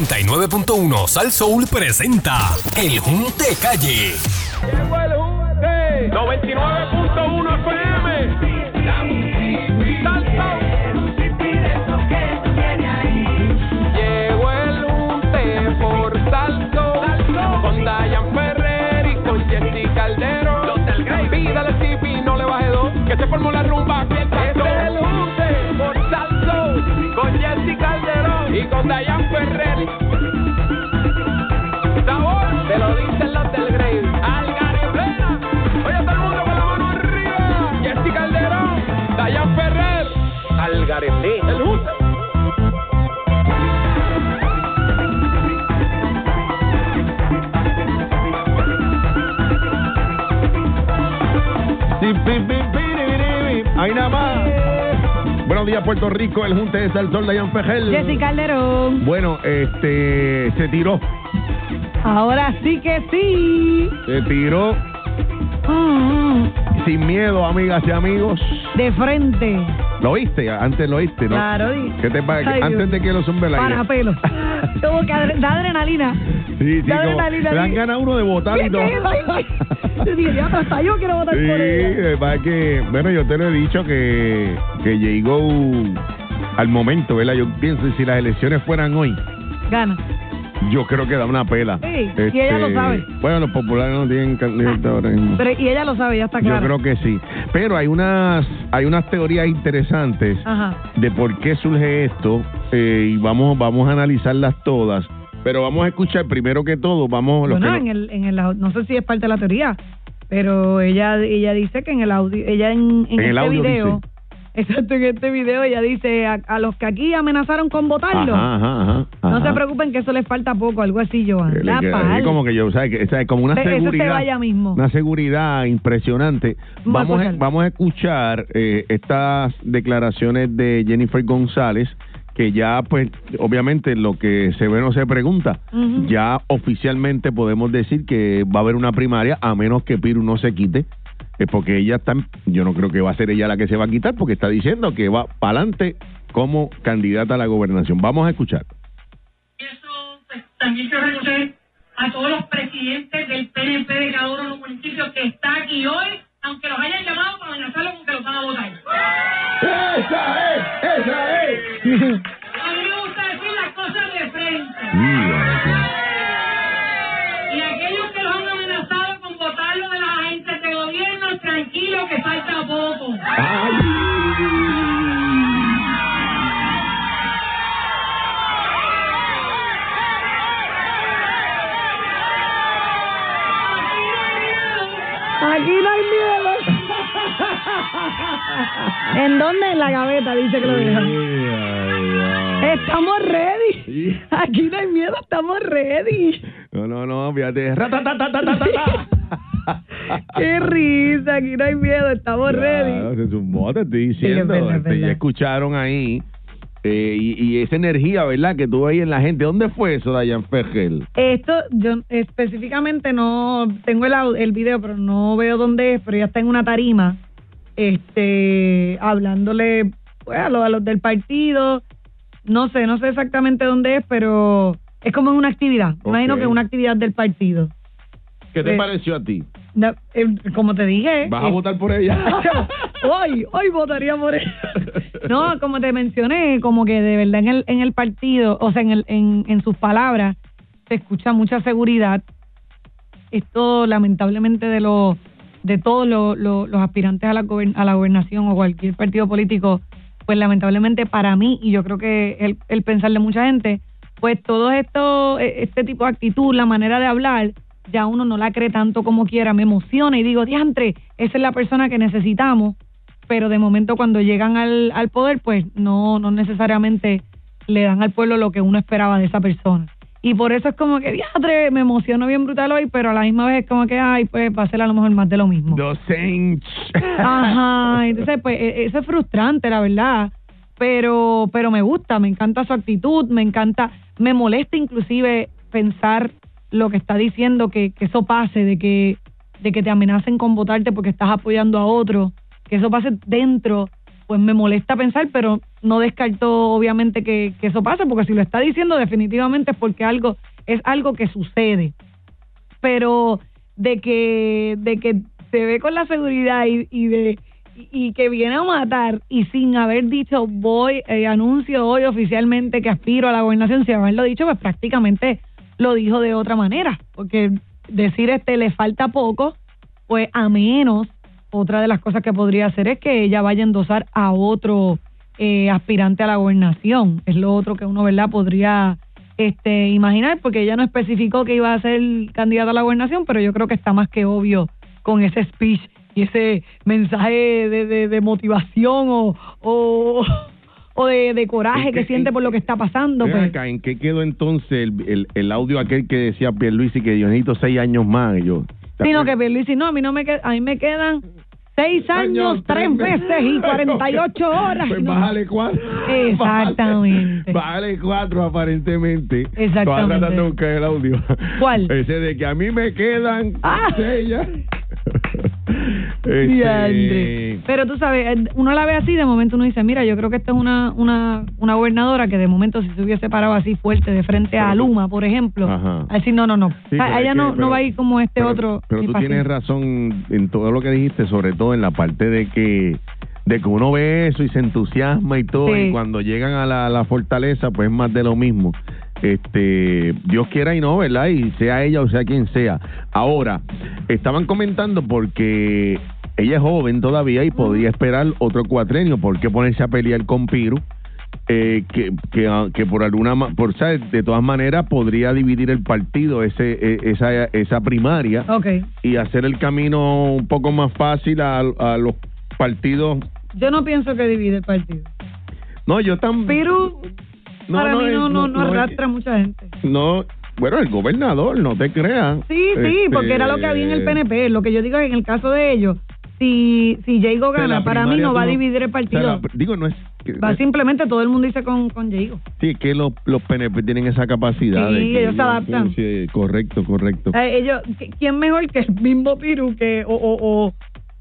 99.1 Sal Soul presenta El Junte Calle. Llegó el Junte. 99.1 FM. La Llegó el Junte por Salto. Con Dayan Ferrer y con Jessy Calderón. Pídale tip y no le baje dos. Que se formó la rumba. que está todo. Este es el Junte por Salto. Con Jessy Calderón y con Dayan Ferrer. Sabor, te lo dicen los del Grey. Algariflera. Oye, todo el mundo con la mano arriba. Jessy Calderón, Dayan Ferrer. Algarete. El Junte. Ahí nada más. Buenos días, Puerto Rico. El Junte de Salsol, Dayan Fejel. Jessy Calderón. Bueno, este. Se tiró. Ahora sí que sí. Se tiró Mm, mm. sin miedo, amigas y amigos. De frente. ¿Lo viste? Antes lo viste, ¿no? Claro. y- ¿Qué te pasa? Ay, Antes Dios. de que lo zumbe el aire. Para pues. pelo. Como que adre- da adrenalina. Sí, sí, Da como- adrenalina, le dan sí. ganas a uno de votar y Bien, todo. bien, bien. Yo dije, ya, pero hasta yo quiero votar Sí, por ella. eh, para que, bueno, yo te lo he dicho que, que llegó al momento, ¿verdad? Yo pienso que si las elecciones fueran hoy, Gana. yo creo que da una pela. Este, Sí, y ella lo sabe. Ah, Bueno, los populares no tienen candidato ahora mismo. Pero, y ella lo sabe, ya está Yo claro. creo que sí. Pero hay unas, hay unas teorías interesantes Ajá. de por qué surge esto eh, y vamos, vamos a analizarlas todas. Pero vamos a escuchar primero que todo, vamos los que Bueno, no- en el, en el, au- no sé si es parte de la teoría, pero ella ella dice que en el audio, ella en, en En el este audio video, exacto, en este video ella dice a, a los que aquí amenazaron con votarlo, Ajá, ajá, ajá, no se ajá. preocupen que eso les falta poco, algo así, Joan. Que le La queda- pal. es como que yo, ¿sabes? Que, ¿sabes? Como una Ve, eso te seguridad. vaya mismo. Una seguridad impresionante. Vamos Vamos a a, escuchar. vamos a escuchar eh, estas declaraciones de Jennifer González, que ya, pues, obviamente lo que se ve no se pregunta. Ujú. Ya oficialmente podemos decir que va a haber una primaria, a menos que Piru no se quite. Es porque ella está, en- yo no creo que va a ser ella la que se va a quitar, porque está diciendo que va para adelante como candidata a la gobernación. Vamos a escuchar. eso pues, también yo renuncié a todos los presidentes del PNP de cada uno de los municipios que está aquí hoy, aunque los hayan llamado para amenazarlos con que los van a votar. ¡Esa es! ¡Esa es! A mí me gusta decir las cosas de frente. Y aquellos que los han amenazado con votarlo de las agencias de gobierno, tranquilo que falta poco. Ah. Aquí no hay miedo. ¿En dónde? En la gaveta, dice que lo dejan. Estamos ready. Sí. Aquí no hay miedo, estamos ready. No, no, no, fíjate. Ratatatatatata. Qué risa, aquí no hay miedo, estamos Claro, ready. Ah, se zumbó, te estoy diciendo. Sí, es verdad, es este, verdad. ya escucharon ahí. eh, y, y esa energía, ¿verdad? Que tú ahí en la gente. ¿Dónde fue eso, Dayan Fejel? Esto, yo específicamente no tengo el, au- el video, pero no veo dónde es, pero ya está en una tarima, este, hablándole pues, a, los, a los del partido. No sé, no sé exactamente dónde es, pero es como una actividad. Me Imagino Ok. que es una actividad del partido. ¿Qué te Eh, pareció a ti? Na- eh, como te dije. ¿Vas a eh, votar por ella? hoy, hoy votaría por él. No, como te mencioné, como que de verdad en el, en el partido, o sea, en, el, en, en sus palabras, se escucha mucha seguridad. Esto, lamentablemente, de los de todos los- los- los aspirantes a la, gober- a la gobernación o cualquier partido político, pues lamentablemente para mí, y yo creo que el, el pensar de mucha gente, pues todo esto, eh, este tipo de actitud, la manera de hablar, ya uno no la cree tanto como quiera, me emociona y digo, diantre, esa es la persona que necesitamos, pero de momento cuando llegan al, al poder, pues no, no necesariamente le dan al pueblo lo que uno esperaba de esa persona. Y por eso es como que, diantre, me emociono bien brutal hoy, pero a la misma vez es como que, ay, pues va a ser a lo mejor más de lo mismo. Docente. Ajá, entonces pues e- eso es frustrante, la verdad, pero pero me gusta, me encanta su actitud, me encanta, me molesta inclusive pensar lo que está diciendo que, que eso pase de que de que te amenacen con votarte porque estás apoyando a otro, que eso pase dentro, pues me molesta pensar, pero no descartó obviamente que, que eso pase, porque si lo está diciendo definitivamente es porque algo es algo que sucede. Pero de que de que se ve con la seguridad y, y de y- y que viene a matar y sin haber dicho voy eh, anuncio hoy oficialmente que aspiro a la gobernación sin haberlo dicho pues prácticamente lo dijo de otra manera porque decir este le falta poco pues a menos otra de las cosas que podría hacer es que ella vaya a endosar a otro eh, aspirante a la gobernación es lo otro que uno verdad podría este imaginar porque ella no especificó que iba a ser candidata a la gobernación pero yo creo que está más que obvio con ese speech y ese mensaje de, de, de motivación o, o, o de, de coraje Es que- que siente por lo que está pasando Ven pues. acá, ¿en qué quedó entonces el, el, el audio aquel que decía Pierluisi que yo necesito seis años más? Y yo, ¿te Sino que acuerdas? Pierluisi, no, a mí, no me qued- a mí me quedan seis años, tres meses y 48 horas. Pues No. bájale cuatro. Exactamente. Bájale cuatro, aparentemente. Exactamente. Estaba tratando de buscar el audio. ¿Cuál? Ese de que a mí me quedan Ah. seis ya. Este, Diandre. Pero tú sabes, eh, uno la ve así, de momento uno dice, mira, yo creo que esta es una, una, una gobernadora que de momento si se hubiese parado así fuerte de frente a Pero- Luma, por ejemplo, Ajá. así no, no, no. Sí, O sea, pero ella es no, que- no pero- va a ir como este pero- otro. Pero tú fácil. tienes razón en todo lo que dijiste, sobre todo en la parte de que de que uno ve eso y se entusiasma y todo, Sí. y cuando llegan a la, la fortaleza, pues es más de lo mismo. Este, Dios quiera y no, ¿verdad? Y sea ella o sea quien sea. Ahora, estaban comentando porque ella es joven todavía y podía esperar otro cuatrenio, ¿por qué ponerse a pelear con Piru? eh, que, que, ah, que por alguna ma- por ¿sabes? de todas maneras podría dividir el partido ese eh, esa esa primaria Ok. y hacer el camino un poco más fácil a, a los partidos Yo no pienso que divide el partido. no yo también Perú, No, para no, mí es- no, no, no, no no, es- arrastra mucha gente. no bueno el gobernador no te creas Sí, sí, porque era lo que había en el Este, PNP. Lo que yo digo es en el caso de ellos, si, si Diego de la gana, para mí primaria no tú va a dividir el de partido. la- digo no es que, Va simplemente todo el mundo dice con, con Diego. sí es que los, los PNP tienen esa capacidad Sí, de que ellos se adaptan. sí, correcto correcto sea, Eh, ellos, ¿qu- ¿quién mejor que el mismo Piru que, o, o, o,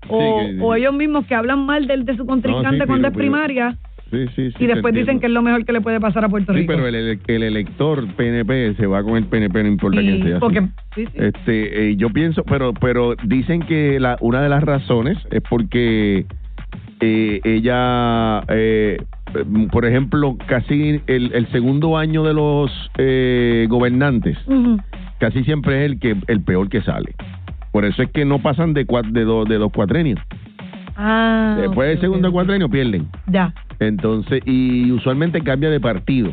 o- Sí, que- o ellos mismos que hablan mal del de su No, sí, contrincante Piru, cuando es Piru. primaria sí, sí, sí, y te después dicen entiendo. que es lo mejor que le puede pasar a Puerto Sí, Rico? pero el, ele- el elector PNP se va con el PNP, no importa Sí, quién sea. porque, sí, sí. Este, eh, yo pienso, pero pero dicen que la, una de las razones es porque eh, ella, eh, eh, por ejemplo, casi el, el segundo año de los eh, gobernantes, Ujú. casi siempre es el que el peor que sale. Por eso es que no pasan de cua- de, dos de dos cuatrenios. Ah, Después del ok, segundo ok. cuatrenio pierden. Ya. Entonces, y usualmente cambia de partido.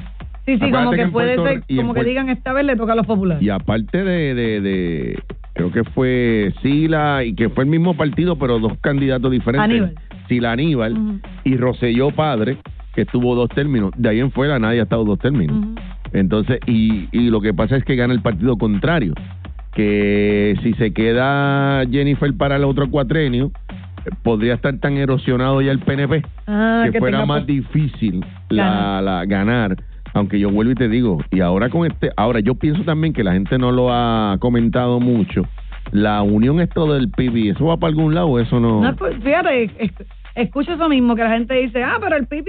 Sí, sí, Acuérdate como que que en puede Puerto- ser, y en como que Puerto- digan esta vez le toca a los populares. Y aparte de, de, de- creo que fue Sila y que fue el mismo partido, pero dos candidatos diferentes. Aníbal. Sila Aníbal Ujú. y Roselló Padre, que estuvo dos términos. De ahí en fuera nadie ha estado dos términos. Ujú. Entonces, y, y lo que pasa es que gana el partido contrario. Que si se queda Jennifer para el otro cuatrenio, eh, podría estar tan erosionado ya el PNP Ah, que, fuera tenga más po- difícil la, la- ganar. Aunque yo vuelvo y te digo, y ahora con este, ahora yo pienso también que la gente no lo ha comentado mucho. La unión esto del PIB, ¿eso va para algún lado o eso no? No, escu- fíjate, es- escucho eso mismo, que la gente dice, ah, pero el PIB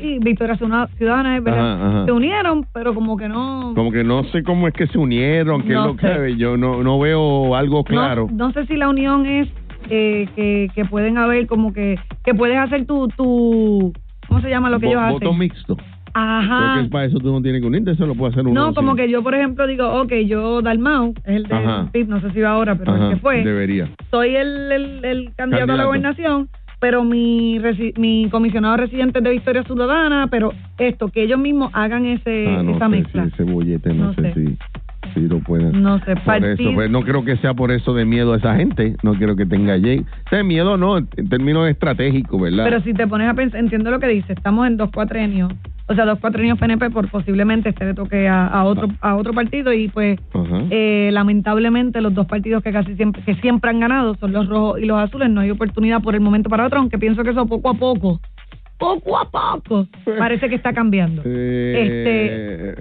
y Victoria Ciudadana- Ciudadana es verdad, Ajá, ajá. se unieron, pero como que no... Como que no sé cómo es que se unieron, qué No es lo que sé. yo no, no veo algo claro. No, no sé si la unión es eh, que, que pueden haber como que que puedes hacer tu, tu ¿cómo se llama lo que Vo- ellos voto hacen? mixto. Porque Ajá. es para eso tú no tienes que unirte, eso lo puede hacer uno. No, como sí. que yo, por ejemplo, digo, ok, yo Dalmau, es el Ajá. de PIB, no sé si va ahora, pero Ajá, el que fue, Debería. soy el, el, el candidato, a la Candidato. gobernación, pero mi, resi- mi comisionado residente de Victoria Ciudadana, pero esto, que ellos mismos hagan ese, Ah, no eh, esa sé mezcla. si ese bollete, no, No sé, sé. si, si lo pueden. No sé, Por eso, partid- pues, no creo que sea por eso de miedo a esa gente. No quiero que tenga Jay. O sea, miedo no, en términos estratégicos, ¿verdad? Pero si te pones a pensar, entiendo lo que dice, estamos en dos cuatrenios, o sea, dos cuatrenios PNP por posiblemente este le toque a, a otro a otro partido y pues Ajá. eh, lamentablemente los dos partidos que casi siempre que siempre han ganado son los rojos y los azules, no hay oportunidad por el momento para otro, aunque pienso que eso poco a poco, poco a poco Pues. parece que está cambiando. este-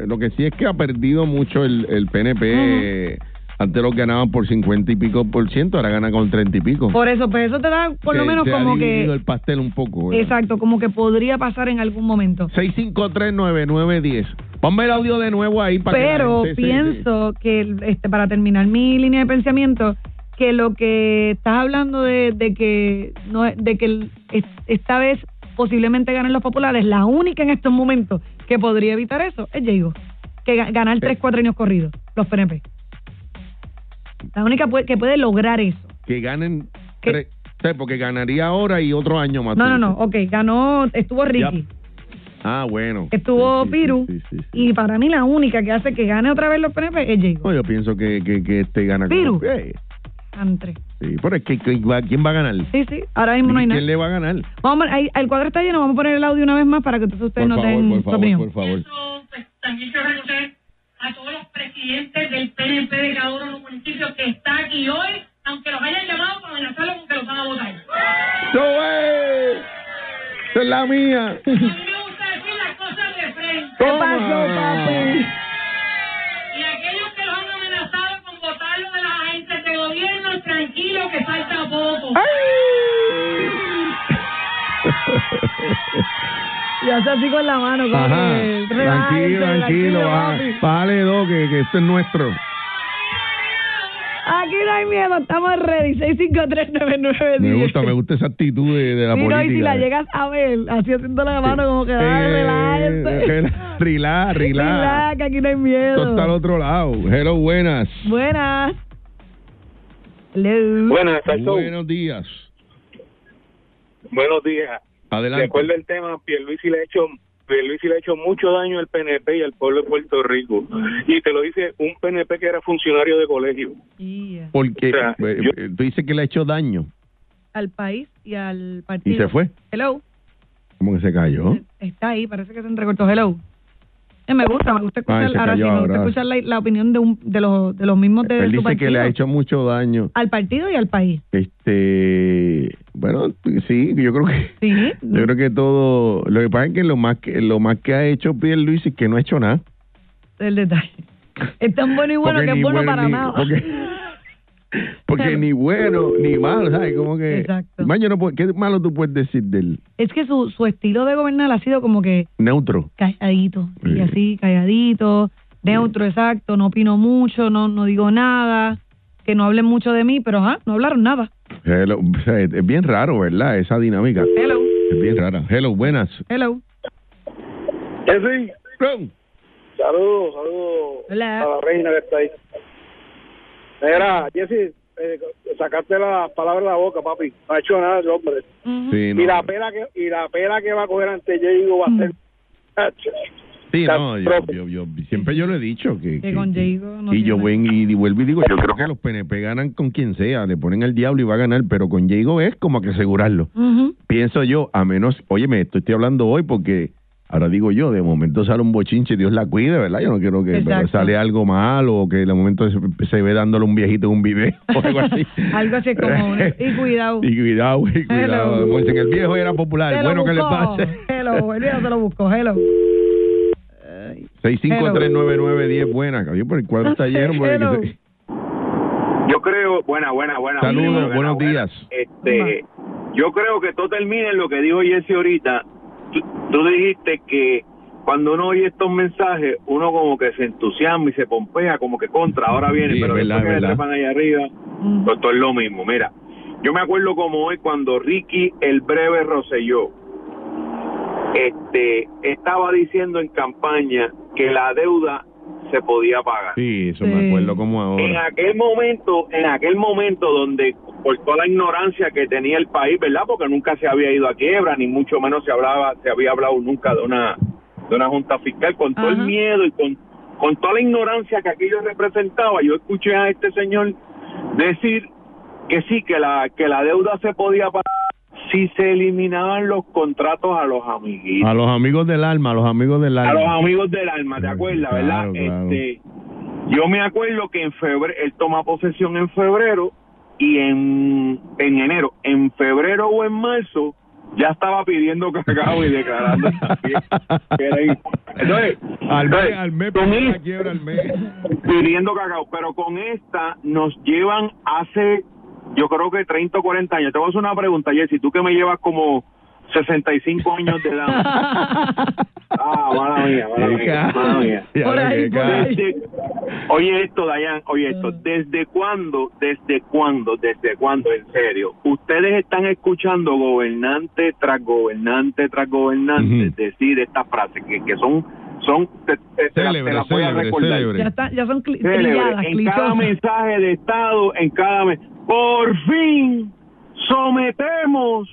Eh, Lo que sí es que ha perdido mucho el, el PNP. Antes los ganaban por 50 y pico por ciento, ahora ganan con 30 y pico. Por eso, pues eso te da por lo Que menos se ha como que... dividido el pastel un poco. ¿verdad? Exacto, como que podría pasar en algún momento. 6539910. Ponme el audio de nuevo ahí para Pero que la gente se- pienso que, el- este, para terminar mi línea de pensamiento, que lo que estás hablando de, de que no es- de que el- es- esta vez posiblemente ganen los populares, la única en estos momentos que podría evitar eso es Diego, que ga- ganar tres cuatrenios corridos, los PNP. La única pue- que puede lograr eso. que ganen ¿Qué? tres, tres, porque ganaría ahora y otro año más. No, tú no, no, dices. ok, ganó, estuvo Ricky, Ah, bueno. estuvo Sí, sí, Piru, sí, sí, sí. y para mí la única que hace que gane otra vez los PNP es Diego. No, yo pienso que, que, que este gana. con- Piru. Eh, Entre. Sí, pero es que, que va- ¿quién va a ganar? Sí, sí, ahora mismo no hay nada. ¿Quién le va a ganar? Vamos, a- ahí- el cuadro está lleno, vamos a poner el audio una vez más para que entonces ustedes por no favor, den por su favor, opinión. por favor. Eso, pues, también quiero reconocer a todos los presidentes del PNP de cada uno de los municipios que está aquí hoy, aunque los hayan llamado para amenazarlos con que los van a votar. ¡Yo, eh! ¡Esa es la mía! A mí me gusta decir las cosas de frente. ¿Qué Y aquellos que los han amenazado con votarlo de las agencias de gobierno, tranquilo que falta poco. Y hace así con la mano, como Ajá, que, relájese, tranquilo, tranquilo, papi. baja- bájale dos, que, que esto es nuestro. Aquí no hay miedo, estamos ready. 6539910. Me gusta, me gusta esa actitud de, de la este- Sí, no, política. y si la llegas a ver, así haciendo la mano, como que, ay, Eh, relájense. rela- Relax, relax. Relaja, que aquí no hay Esto está al miedo. otro lado. Hello, buenas. Buenas. Hello. Buenas, Salsón. Buenos días. Buenos días. Adelante. De acuerdo al tema, Pierluisi le ha hecho Pierluisi le ha hecho mucho daño al PNP y al pueblo de Puerto Rico. Y te lo dice un PNP que era funcionario de colegio. Y Porque O sea, eh, yo- eh, tú dices que le ha hecho daño al país y al y partido. se fue. Hello. ¿Cómo que se cayó? Está ahí, parece que se entrecortó. Hello. Eh, me gusta, me gusta escuchar, Ay, se ahora sí, cayó me gusta ahora. escuchar la, la opinión de, un, de, los, de los mismos de Él su dice partido. que le ha hecho mucho daño. Al partido y al país. Este, bueno, sí, yo creo que Sí. yo creo que todo lo que pasa es que lo más que lo más que ha hecho Pierluisi es que no ha hecho nada. El detalle. Es tan bueno y bueno Porque que es ni bueno para ni- nada. Porque, porque ni bueno ni malo, ¿sabes? Como que. Exacto. Man, yo no puedo- ¿Qué malo tú puedes decir del Es que su, su estilo de gobernar ha sido como que neutro? calladito. Y Sí. así, calladito, neutro, exacto, no opino mucho, no, no digo nada, que no hablen mucho de mí, pero ajá, no hablaron nada. Hello, o sea, es es bien raro, ¿verdad? Esa dinámica. Hello. Es bien rara. Hello, buenas. Hello. Sí, Ron. saludos, saludos Hola. a la reina que está ahí. Mira, Jessy, eh, sacaste las palabras de la boca, papi. No ha hecho nada el hombre. Ujú. Sí, no. Y la pera que y la pera que va a coger ante Diego va a ser. Sí, no, yo, Profe. yo- yo- siempre yo lo he dicho que, Que con Jago no y yo tiene- ven y, y vuelvo y digo, yo creo que los PNP ganan con quien sea, le ponen al diablo y va a ganar, pero con Diego es como que asegurarlo. Ujú. pienso yo, a menos, oye, me estoy, estoy hablando hoy porque ahora digo yo, de momento sale un bochinche, Dios la cuide, ¿verdad? Yo no quiero que pero Exacto. sale algo malo o que de momento se, se ve dándole un viejito en un video o algo así. Algo así como, y cuidado. y cuidado, y cuidado. Hello. Como dicen, el viejo era popular, Se bueno lo que le buscó. pase. Hello, el video se lo buscó, hello. 6539910, buena, cabrón, por el cuadro está lleno. porque Hello. que se- Yo creo, buena, buena, buena. Saludos, buena, buenos buena. días. Este, yo creo que todo termina en lo que dijo Jesse ahorita. Tú, tú dijiste que cuando uno oye estos mensajes, uno como que se entusiasma y se pompea, como que contra, ahora viene, Sí, pero es verdad, después que es le verdad. trepan allá arriba, Mm. pues todo es lo mismo. Mira, yo me acuerdo como hoy cuando Ricky el breve Rosselló este, estaba diciendo en campaña que la deuda se podía pagar Sí, eso me Sí. acuerdo como en ahora. aquel momento, en aquel momento donde por toda la ignorancia que tenía el país, ¿verdad? Porque nunca se había ido a quiebra, ni mucho menos se hablaba, se había hablado nunca de una de una junta fiscal con todo el Ajá. miedo y con con toda la ignorancia que aquello representaba. Yo escuché a este señor decir que sí que la que la deuda se podía pagar si se eliminaban los contratos a los amiguitos A los amigos del alma, a los amigos del a alma. los amigos del alma, ¿te acuerdas, Claro, verdad? claro. Este, yo me acuerdo que en febrero, él toma posesión en febrero y en, en enero, en febrero o en marzo, ya estaba pidiendo cacao y declarando también que era importante. Entonces, Al mes, entonces, al mes, con pero la esto- quiebra al mes. pidiendo cacao, pero con esta nos llevan hace, yo creo que 30 o 40 años. Te voy a hacer una pregunta, Jessy, tú que me llevas como 65 años de edad. Ah, mala mía, mala mía, mala mía. Ya Por lo ahí, que por ca- ahí. Ah. Desde- oye esto, Dayan, oye esto. ¿Desde cuándo, desde cuándo, desde cuándo, en serio? Ustedes están escuchando gobernante tras gobernante tras gobernante Ujú. decir estas frases que, que son, son, te, te- te las- te Célebre, las voy a célebre, recordar. célebre. ya, está- ya son cli- Célebre. trilladas, En cada clichosas. mensaje de Estado, en cada mes. Por fin sometemos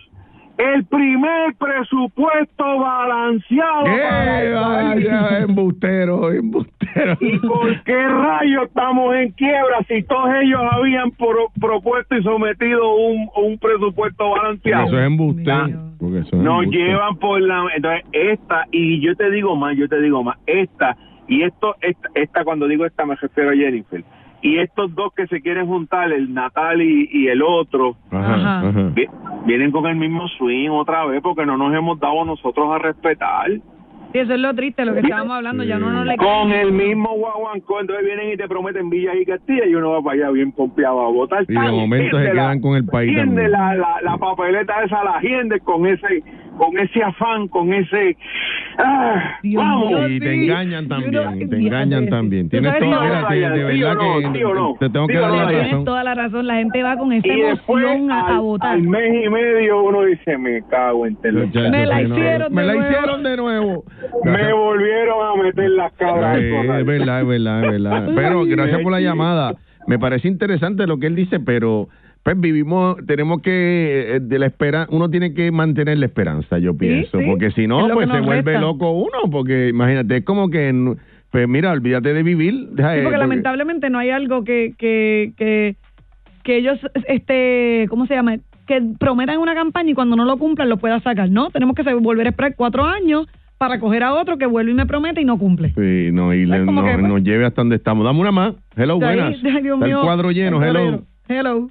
el primer presupuesto balanceado. para ¡Eh, el país. vaya, embustero, embustero! ¿Y por qué rayos estamos en quiebra si todos ellos habían pro- propuesto y sometido un, un presupuesto Porque balanceado? eso es embustero. Mira. Porque eso es Nos embuste. llevan por la... Entonces, esta, y yo te digo más, yo te digo más, esta, y esto, esta, esta cuando digo esta me refiero a Jennifer, y estos dos que se quieren juntar, el Natal y, y el otro, Ajá, Ajá. ajá. vi- vienen con el mismo swing otra vez porque no nos hemos dado nosotros a respetar. Sí, eso es lo triste, lo que estábamos hablando, ya no, no le Con el mismo guaguancó, entonces vienen y te prometen Villas y Castilla y uno va para allá bien pompeado a votar. Y de momento se quedan con el país Tiende también. la, la, la papeleta esa, la hiende con ese, con ese afán, con ese... ah, Dios vamos. mío. Y te Sí. engañan Yo también, no- te engañan Fíjate. también. Tú Tienes sabes todo, que- mira, te- de Sí o verdad no, sí o no. que te tengo que Sí o dar no, la Dayan. Tienes razón. toda la razón, la gente va con esa Y después, emoción a, a al, votar. al mes y medio, uno dice, me cago en tele. Muchachos, Me la sí, no, hicieron me de la nuevo. hicieron de nuevo. Me volvieron a meter las cabras. al Eh, corral. es verdad, es verdad, es verdad. Pero gracias por la llamada. Me parece interesante lo que él dice, pero pues vivimos, tenemos que, eh, de la espera, uno tiene que mantener la esperanza, yo pienso, sí. porque si Es no, lo pues que se nos vuelve resta. loco uno, porque imagínate, es como que, en- pues mira, olvídate de vivir. Deja Sí, de- porque lamentablemente no hay algo que, que, que, que ellos, este, ¿cómo se llama? Que prometan una campaña y cuando no lo cumplan lo pueda sacar, ¿no? Tenemos que se- volver a esperar cuatro años para coger a otro que vuelve y me promete y no cumple. Sí, no, y le- Es como no- que, pues. nos lleve hasta donde estamos. Dame una más. Hello, De ahí, Oh, buenas. ay, Dios Está el mío, cuadro lleno, el cuadro hello. lleno. Hello.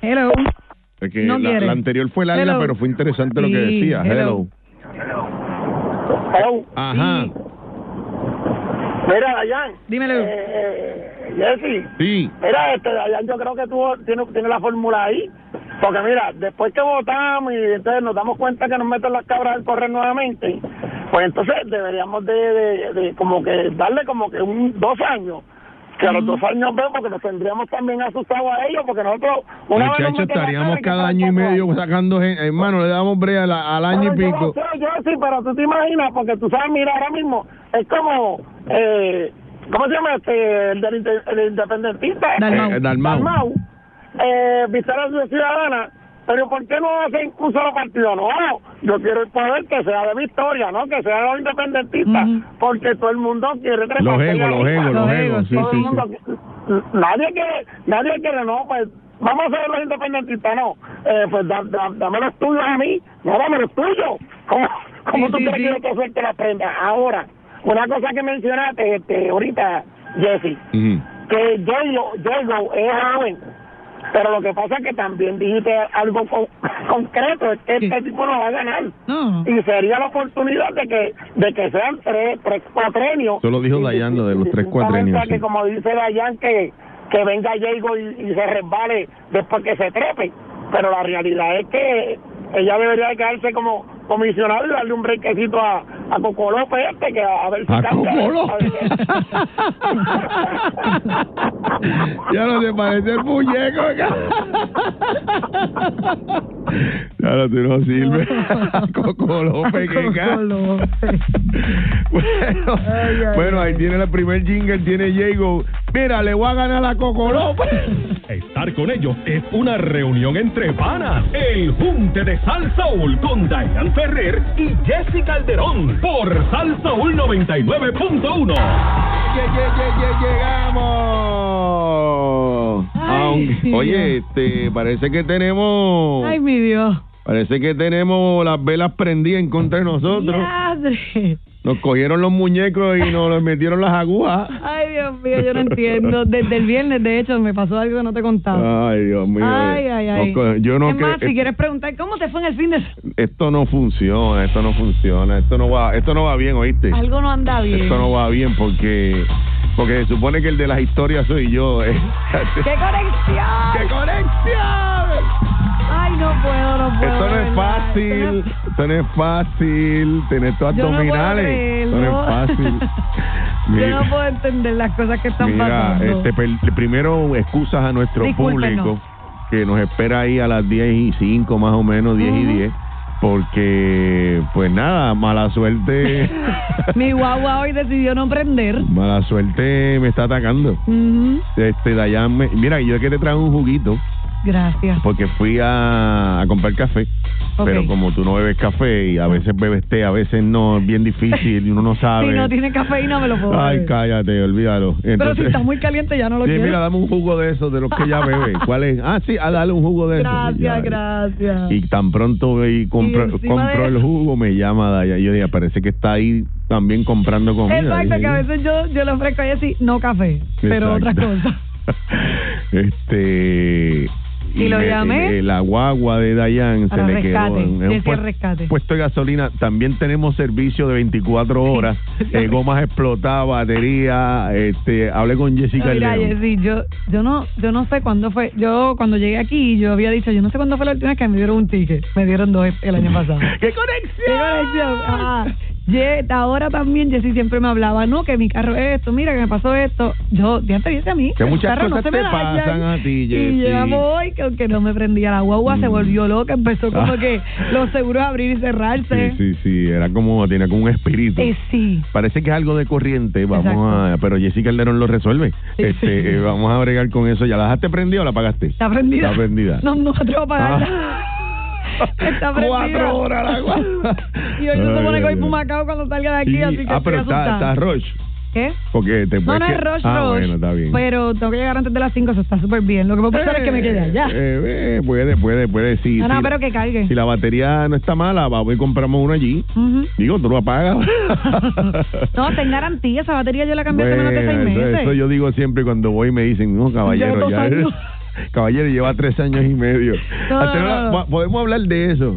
Hello. Es que No la, quiere. la anterior fue larga, Hello. pero fue interesante lo que Sí, decía. Hello. hello. Hello. Ajá. Sí. Mira, Dayan. Dímelo. Eh, Jessy. Sí. Mira, este, Dayan, yo creo que tú tienes, tienes la fórmula ahí. Porque mira, después que votamos y entonces nos damos cuenta que nos meten las cabras al correr nuevamente, pues entonces deberíamos de, de- de como que darle como que un dos años. Que a los dos años vemos porque nos tendríamos también asustados a ellos, porque nosotros una vez nos Muchachos, meten la estaríamos cabra y cada quedamos año y cuatro medio sacando gente. Hermano, le damos brea al, al año y Bueno, pico. Yo, no sé, yo sí, pero tú te imaginas, porque tú sabes, mira, ahora mismo es como, eh, ¿cómo se llama este? El, del inde- el independentista. Dalmau. Eh, Dalmau. Dalmau. Eh, Victoria Ciudadana. Pero ¿por qué no hacen un solo partido? No, yo quiero el poder que sea de Victoria, ¿no? Que sea de los independentistas, Ujú. porque todo el mundo quiere tres Los partidos egos, los arriba. egos, los Los egos. egos, Sí, Todo el sí, mundo sí. qui- nadie quiere, nadie quiere, no, pues vamos a ser los independentistas, no, eh, pues da- da- dame los tuyos a mí, no dame los tuyos, ¿cómo, cómo Sí, tú sí, quieres sí. que yo te suelte la prenda? Ahora, una cosa que mencionaste este, ahorita, Jesse, Ujú. que J-Lo J-Lo es joven, pero lo que pasa es que también dijiste algo con- concreto, es que ¿Qué? este tipo no va a ganar. No. Y sería la oportunidad de que, de que sean tres, tres cuatrenios. Eso lo dijo Y- Dayan, lo de los y- y- tres y- cuatrenios, para que sí. Como dice Dayan, que, que venga Diego y, y se resbale después que se trepe. Pero la realidad es que ella debería de quedarse como comisionado y darle un brequecito a, a Coco López este, que a, a ver si A cambia. Coco López. A ver si- ya no te parece el muñeco. ya no, tú no sirves. Coco López, qué ca- Coco López. Bueno, Ay, ay, bueno, ahí ay. tiene el primer jingle, tiene Diego. Mira, le voy a ganar a Coco López. Estar con ellos es una reunión entre panas. El Junte de Sal Soul con Diane Ferrer y Jesse Calderón por Sal Soul 99.1. Lle- lle- lle- lle- pues, Llegamos. Ay. ¡Oh! Aunque- oye, este, parece que tenemos Ay, mi Dios. Parece que tenemos las velas prendidas en contra de nosotros. ¡Diadre! Nos cogieron los muñecos y nos los metieron las agujas. Ay, Dios mío, yo no entiendo. Desde el viernes, de hecho, me pasó algo que no te contaba. Ay, Dios mío. Ah. ay, ay, ay. Nos co- yo no es más, cre- si quieres preguntar, ¿cómo te fue en el fin de semana? Esto no funciona, esto no funciona, esto no va, esto no va bien, ¿oíste? Algo no anda bien. Esto no va bien porque porque se supone que el de las historias soy yo. eh. ¡Qué conexión! ¡Qué conexión! Ay, no puedo, no puedo. Esto no es fácil, esto no es fácil, tener estos Yo no puedo abdominales. Esto no es creerlo. fácil. Yo Mira, no puedo entender las cosas que están mira, pasando. este, per- primero excusas a nuestro Discúlpenos. público que nos espera ahí a las 10 y 5 más o menos, 10 y Ujú. 10, porque pues nada, mala suerte. Mi guagua hoy decidió no prender. Mala suerte me está atacando. Ujú, Este, Dayan, me- mira, yo es que te traje un juguito Gracias. porque fui a, a comprar café. Ok. Pero como tú no bebes café y a veces bebes té, a veces no, es bien difícil y uno no sabe. Si no tiene cafeína, me lo puedo Ay, beber. cállate, olvídalo. Pero si Entonces- está muy caliente, ya no lo Sí, quiero. mira, dame un jugo de esos, de los que ya bebe. ¿Cuál es? Ah, sí, a darle un jugo de esos. gracias, Ya. gracias. Y tan pronto ve y compro, Y encima compro de- el jugo, me llama Daya. Yo dije, parece que está ahí también comprando comida. Exacto, Dije, que a veces yo, yo le ofrezco a Jessy no café, pero otra Exacto. cosa. Este. Y lo me- llamé. eh, La guagua de Dayan se Para le rescate, quedó. en- en decía puest- rescate. Puesto Pues, de gasolina. También tenemos servicio de 24 horas. eh, gomas explotadas, batería. Este, hablé con Jessica Mira, León. Jessy, yo, yo no, yo no sé cuándo fue, yo cuando llegué aquí, yo había dicho, yo no sé cuándo fue la última vez que me dieron un ticket, me dieron dos el año pasado. ¡Qué conexión! Qué conexión. Ah, ye- ahora también Jessy siempre me hablaba, no, que mi carro es esto, mira que me pasó esto. Yo, ya te a mí. Que muchas carro cosas te dañan. pasan a ti, Jessy. Y llegamos hoy, que aunque no me prendía la guagua, se Mm. volvió loca, empezó como Ah. que los seguros a abrir y cerrarse. Sí, sí, sí. Era como, tenía como un espíritu. Eh, sí. Parece que es algo de corriente, vamos Exacto. a, pero Jessica Calderón lo resuelve. Sí. Este, eh, vamos a bregar con eso. ¿Ya la dejaste prendida o la apagaste? Está prendida. Está prendida. No, no me atrevo a pagarla. Ah. Está prendida. Cuatro horas la guagua. Y hoy se Ay, supone que voy ay, para ay. Macao cuando salga de aquí, Y- así que Ah, estoy pero está, asustada. está Roche. ¿Qué? Porque te No, puedes no es que- rush, Ah, rush, bueno, está bien. Pero tengo que llegar antes de las 5, eso está súper bien. Lo que puedo pasar es que me quede allá. Eh, eh, puede, puede, puede, sí. No, no, sí. pero que cargue. Si la batería no está mala, vamos y compramos una allí. Ujú. Digo, tú lo apagas. No, ten garantía. Esa batería yo la cambié hace menos de Bueno, seis eso- meses. Eso yo digo siempre cuando voy y me dicen, no, Lleva caballero, dos ya años. Caballero lleva tres años y medio. No, Hasta no, ahora no. po- Podemos hablar de eso.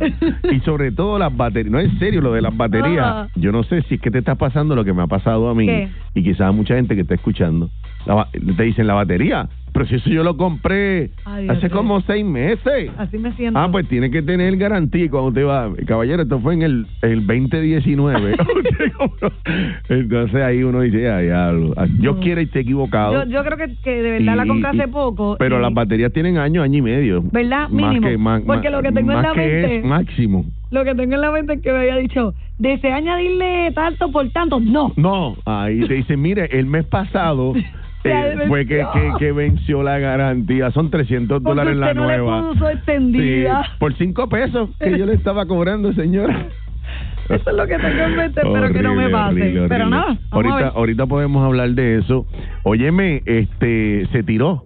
Y sobre todo las baterías. No, en serio, lo de las baterías. Ah. Yo no sé si es que te está pasando lo que me ha pasado a mí. ¿Qué? Y quizás a mucha gente que está escuchando. La ba- te dicen la batería. Pero si eso yo lo compré Ay, Dios hace mío. como seis meses. Así me siento. Ah, pues tiene que tener garantía. Y cuando usted va, caballero, esto fue en el, el 2019. Usted compró. Entonces ahí uno dice, ay, diablo. Ah, Yo No. quiero esté equivocado. yo, yo creo que, que de verdad la Y- compré y- hace poco. Pero y las baterías tienen año, año y medio. ¿Verdad? Más Mínimo. que- más- Porque más- lo que tengo en más la que mente- es máximo. Lo que tengo en la mente es que me había dicho, ¿desea añadirle tanto por tanto? No. No, ahí te dicen, mire, el mes pasado Se eh, fue que, que, venció. que venció la garantía. Son 300 Porque dólares la usted no le nueva. puso extendida. Sí, por 5 pesos que yo le estaba cobrando, señora. Eso es lo que tengo en mente, pero que no me Horrible, pase. horrible, Pero horrible. nada, vamos a Ahorita, ver. ahorita podemos hablar de eso. Óyeme, este, se tiró.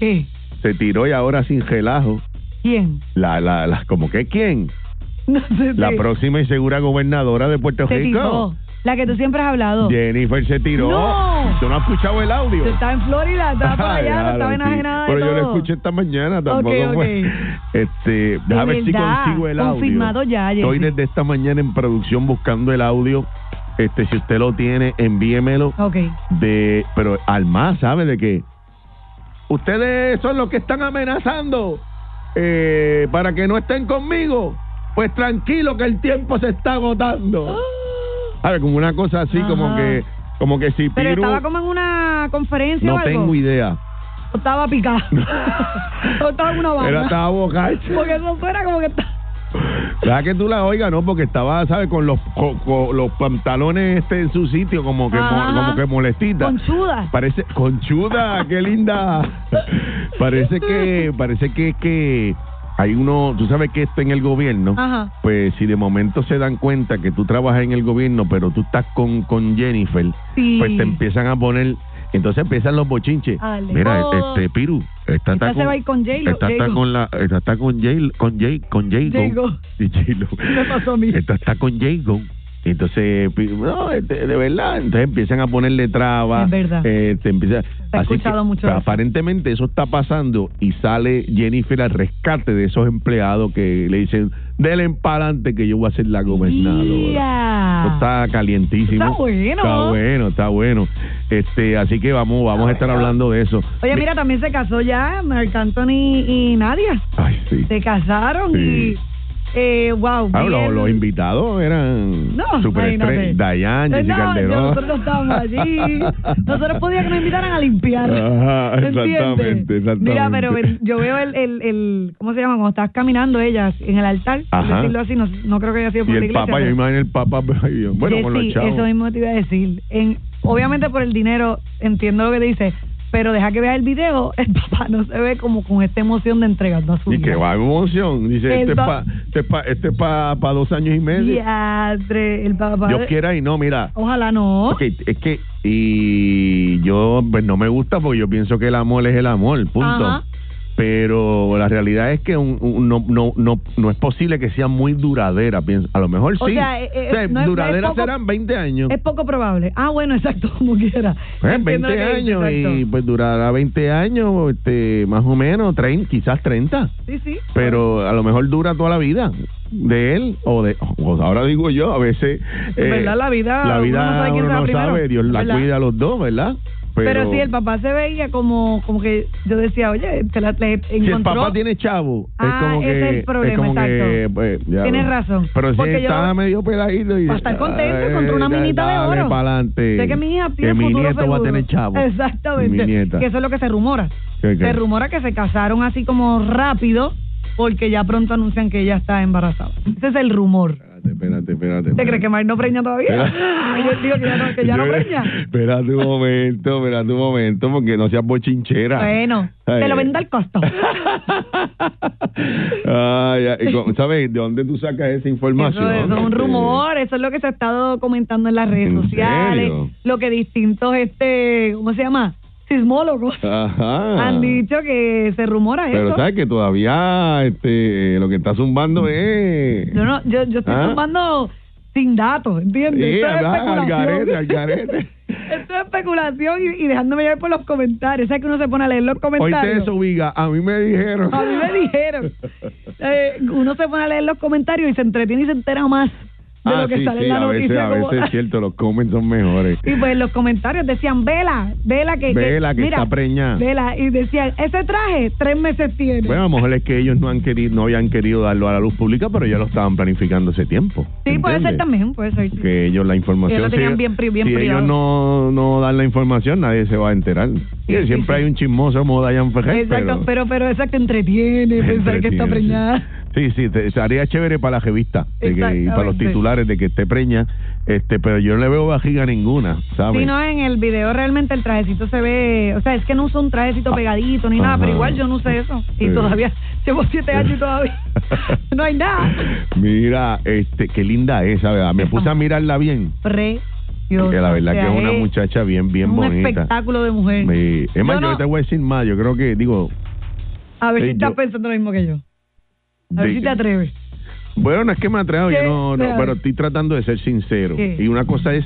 ¿Qué? Se tiró y ahora sin relajo. ¿Quién? La, la, la, como que quién? No sé. La sí. próxima y segura gobernadora de Puerto Se Rico. tiró. La que tú siempre has hablado. Jennifer se tiró. No. ¿Tú no has escuchado el audio? Yo estaba en Florida, estaba por Ah, allá, no diablo, estaba sí. enajenada de Pero yo lo todo. escuché esta mañana, tampoco Ok, fue. ok. Este, déjame ver si verdad, consigo el audio. confirmado ya, Jessy. Estoy desde esta mañana en producción buscando el audio. Este, si usted lo tiene, envíemelo. Ok. De, pero al más, ¿sabe de qué? Ustedes son los que están amenazando eh, para que no estén conmigo. Pues tranquilo que el tiempo se está agotando. ¿Sabe? Como una cosa así, como Ajá. que, como que si Pero Piru- estaba como en una conferencia o no algo. tengo idea. O estaba picada. o estaba en una Era banda. estaba bocacha. Porque eso fuera como que está. Deja que tú la oigas, ¿no? Porque estaba, ¿sabes? Con los co- co- los pantalones este en su sitio, como que mo- Ajá. como que molestita. Conchuda. Parece, conchuda, qué linda. parece que, parece que, que hay uno, tú sabes que está en el gobierno. Ah, Ajá. Pues si de momento se dan cuenta que tú trabajas en el gobierno, pero tú estás con, con Jennifer, Sí. pues te empiezan a poner, entonces empiezan los bochinches. Ale. Mira, Oh. este Piru, Esta Esta se va a ir con J-Lo, Esta está J-Lo. con la, esta está con J, con J, con J-Lo. J-Lo. Y J-Lo. Me pasó a mí. Esta está con J-Lo. Y Entonces, pi- no, este, de verdad, entonces empiezan a ponerle trabas. Es verdad. eh, te empieza, he escuchado mucho de eso. Aparentemente eso está pasando y sale Jennifer al rescate de esos empleados que le dicen, dele para adelante que yo voy a ser la gobernadora. Ya. Eso Está calientísimo. Está bueno. Está bueno, está bueno. Este, así que vamos, vamos a estar hablando de eso. Oye, mira, también se casó ya Marc Anthony y Nadia. Ay, sí. Se casaron Sí. y. Eh, wow. Ah, los, bien. los invitados eran No, superestrellas. imagínate. Dayan, Eh, Jessica no, Calderón. Nosotros no estábamos allí. Nosotros podíamos que nos invitaran a limpiar. Ah. Ajá, ¿Te entiendes? exactamente, exactamente. Mira, pero el- yo veo el, el, el- ¿Cómo se llama? Cuando estás caminando ellas en el altar, por Ajá. decirlo así, no, no creo que haya sido Y por la el iglesia. papá, yo pero- imagino el papá, ay, Dios, bueno, con Jessy, los chavos. Eso mismo te iba a decir. En, obviamente por el dinero, entiendo lo que te dice, pero deja que veas el video, el papá no se ve como con esta emoción de entregando a su y hija. que va con emoción. Dice, este es Entonces- para este es pa, este es pa, pa dos años y medio. Diatre, el papá. Dios quiera y no, mira. Ojalá no. Ok, es que y yo pues no me gusta porque yo pienso que el amor es el amor, punto. Ajá. Pero la realidad es que un- un- no, no, no, no es posible que sea muy duradera. pienso. A lo mejor O sí. sea, eh, eh, O sea, no es- duradera es poco- serán 20 años. Es poco probable. Ah, bueno, exacto, como quiera. Pues, Entiendo lo 20 que dices, años y exacto. pues durará 20 años, este, más o menos, 30, quizás 30. Sí, sí. Pero a lo mejor dura toda la vida de él o de. o ahora digo yo, a veces. eh, En verdad, la vida- La vida uno no sabe quién uno será no primero. sabe, Dios la ¿Verdad? cuida a los dos, ¿verdad? Pero, sí, el papá se veía como como que yo decía, oye, te la, le Si encontró. el papá tiene chavo, Ah, es como ese que. es el problema, como que, exacto. pues, ya Tienes lo- razón. Pero si Porque yo estaba lo- medio peladito. Y, Va a estar contento, encontró una minita de oro. Para adelante. Sé que mi hija tiene eh, Que mi futuro nieto va a seguro. tener chavo. Exactamente. Mi nieta. Que eso es lo que se rumora. ¿Qué, qué? Se rumora que se casaron así como rápido porque ya pronto anuncian que ella está embarazada. Ese es el rumor. Espérate, espérate, espérate. ¿Te crees que Mar no preña todavía? Espera. Yo digo que ya no, que ya no Yo- preña. Espera un momento, espera un momento, porque no seas bochinchera. Bueno, Ay, te lo eh. vendo al costo. Ay, ay, y con- ¿Sabes de dónde tú sacas esa información? Eso, es un Este, rumor, eso es lo que se ha estado comentando en las redes ¿En sociales, serio? lo que distintos, este, ¿cómo se llama? Sismólogos Ajá. han dicho que se rumora Ah. Pero eso. sabes que todavía este, lo que está zumbando es. Yo no, yo, yo estoy Ah. zumbando sin datos, ¿entiendes? Sí, Esto es ah, especulación. al garete, al garete. Esto es especulación y, y dejándome llevar por los comentarios. ¿Sabes que uno se pone a leer los Oíste comentarios? eso, Viga. A mí me dijeron. A mí me dijeron. Eh, uno se pone a leer los comentarios y se entretiene y se entera más de Ah, lo que sí, sale sí, en la a veces, noticia. a como- veces es cierto, los comments son mejores. Y pues los comentarios decían, vela, vela que... Vela, que mira, está preñada. Vela, y decían, ese traje tres meses tiene. Bueno, a lo mejor es que ellos no han querido, no habían querido darlo a la luz pública, pero ya lo estaban planificando hace tiempo. sí, puede ser ¿entiendes? también, puede ser. sí. Que ellos la información. Ellos lo tenían bien pri- bien si privado. ellos no, no dan la información, nadie se va a enterar. Y sí, siempre sí. hay un chismoso como Dayan Ferrer. Exacto, pero, pero, pero exacto, entretiene pensar que está Entretiene, sí. preñada. Sí, sí, te- estaría chévere para la revista de que- y para los Exactamente. titulares de que esté preña, este, pero yo no le veo vajiga ninguna, ¿sabes? Si no, en el video realmente el trajecito se ve, o sea, es que no uso un trajecito pegadito ni nada, Ah, Ajá. pero igual yo no usé eso. Y Sí. todavía, llevo siete años y todavía no hay nada. Mira, este, qué linda es, ¿sabes? Me puse a mirarla bien. Precioso. Porque la o verdad sea, que es una muchacha bien, bien un bonita. espectáculo de mujer. Me- es más, Yo yo, no- te voy a decir más. Yo creo que, digo. A ver Sí, si estás yo- pensando lo mismo que yo. A ver de- si te atreves. Bueno, no es que me atrevo, yo Sí, no, no, claro. pero estoy tratando de ser sincero. Sí. Y una cosa es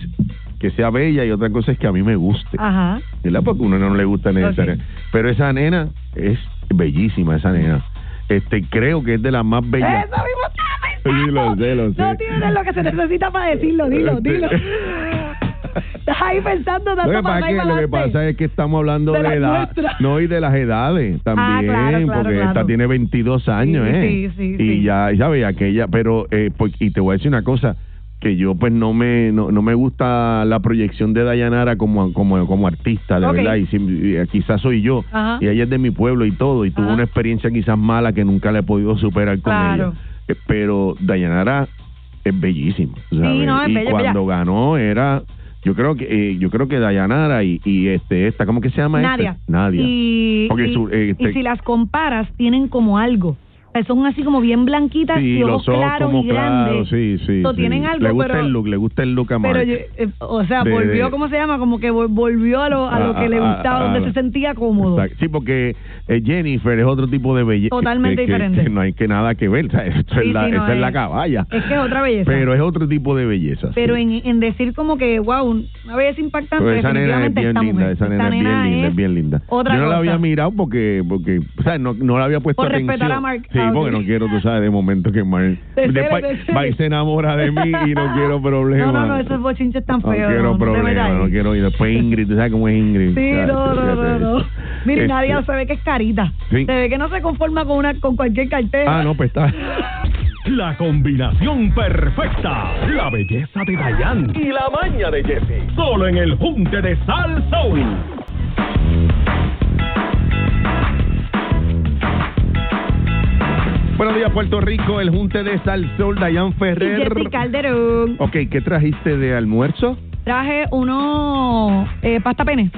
que sea bella y otra cosa es que a mí me guste. Ajá. ¿Verdad? Porque a uno no le gusta necesariamente. Pero esa nena es bellísima, esa nena. Este, creo que es de las más Eso bellas. mismo estaba pensando. Sí, lo sé, lo sé. No tienes lo que se necesita para decirlo, dilo, Este- dilo. Estás ahí pensando tanto Lo que, para pasa atrás y para es que, lo que adelante. pasa es que estamos hablando de, De las edad, nuestras. no y de las edades también, claro, claro, porque esta claro. tiene 22 años, Sí, ¿eh? sí, sí, y sí. ya, ¿sabes? Aquella, pero, eh, pues, y te voy a decir una cosa, que yo pues no me no, no me gusta la proyección de Dayanara como como, como artista, de Ok. verdad, y, si- y eh, quizás soy yo, Ajá. y ella es de mi pueblo y todo, y tuvo Ajá. una experiencia quizás mala que nunca la he podido superar con Claro. ella. Eh, Pero Dayanara es bellísima. ¿sabes? no, es y bella, cuando ganó era yo creo que eh, yo creo que Dayanara y, y este esta cómo que se llama Nadia. esta? Nadia Y, Porque y- su- eh, y este- si las comparas, tienen como algo. sea, son así como bien blanquitas Sí, y ojos, los ojos claros como y grandes. claros, sí, sí. So, sí. tienen algo, le gusta pero- el look, le gusta el look a Pero, Mark. yo- eh, o sea, De- volvió, de- ¿cómo se llama? Como que vol- volvió a lo, a lo Ah, que le ah, gustaba, ah, donde ah. se sentía cómodo. Exacto. Sí, porque eh, Jennifer es otro tipo de belleza. Totalmente que- que- diferente. que no hay que nada que ver. o sea, esto Sí, es la, sí, no esa es la es- caballa. es que es otra belleza. Pero es otro tipo de belleza. Pero sí. en, en decir como que, wow, una belleza impactante, Pero esa nena es definitivamente bien esta mujer. linda, esa nena, Esta es bien linda, es bien linda. Otra Yo no la cosa. había mirado porque, porque o sea, no, no la había puesto Por atención. respetar a ah, Mark sí, Howdy. porque no quiero, tú sabes, de momento que Mark Te celes, después te celes. va y se enamora de mí y no quiero problemas. No, no, no, esos bochinches tan No feos. quiero no, no te metas problemas, ahí. no quiero ir. Después Ingrid, tú sabes cómo es Ingrid. Sí, Ya, no, ya, no, ya, no, no. ya. Mire, Este, Nadia se ve que es carita. Sí. Se ve que no se conforma con una con cualquier cartera. Ah, no, pues está. La combinación perfecta. La belleza de Dayan y la maña de Jesse. Solo en el junte de Sal Soul. Buenos días, Puerto Rico. El junte de Salsol, Dayan Y Ferrer. Jessy Calderón. Ok, ¿qué trajiste de almuerzo? Traje uno eh, pasta pene.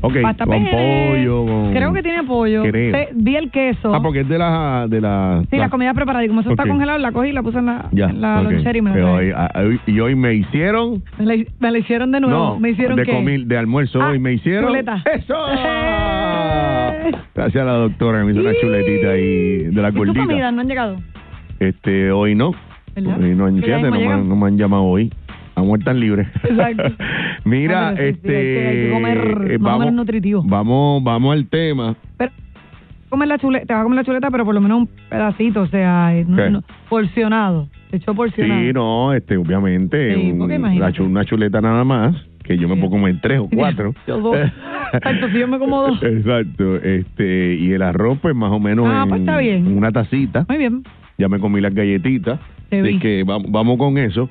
Ok, pasta con pene. pollo. con- Creo que tiene pollo. Creo. Te- vi el queso. Ah, porque es de la... De la Sí, la, la- comida preparada. Y como eso Ok. está congelado, la cogí y la puse en la, Ya, en la ok. lonchera y me la Pero traje. hoy- a- hoy- y hoy me hicieron... Me la, me la hicieron de nuevo. no, me hicieron de, qué? comi- de almuerzo Ah, hoy me hicieron... chuleta. ¡Eso! ¡Eh! Gracias a la doctora, me hizo una ¡Ih! chuletita ahí de la ¿Y tus gordita. comidas no han llegado? Este, hoy no. ¿Verdad? Hoy no, Que ya fíjate, mismo no, me, llegan. han- no me han llamado hoy. A muertas libres. Exacto. Pues, Mira, Bueno, sí, sí, este. eh, hay que- hay que comer- vamos a comer nutritivo. Vamos, vamos al tema. Pero comer la chuleta, te vas a comer la chuleta, pero por lo menos un pedacito, o sea, eh, no- ¿Qué? no- porcionado. De hecho, porcionado. Sí, no, este, obviamente. Sí, porque imagínate. la chu- una chuleta nada más, que yo me Sí. puedo comer tres o cuatro. Yo dos. Exacto, si yo me como dos. Exacto, este, y el arroz, pues más o menos. Ah, en pues, está bien. Una tacita. Muy bien. Ya me comí las galletitas. Te Así vi. que vamos, vamos con eso.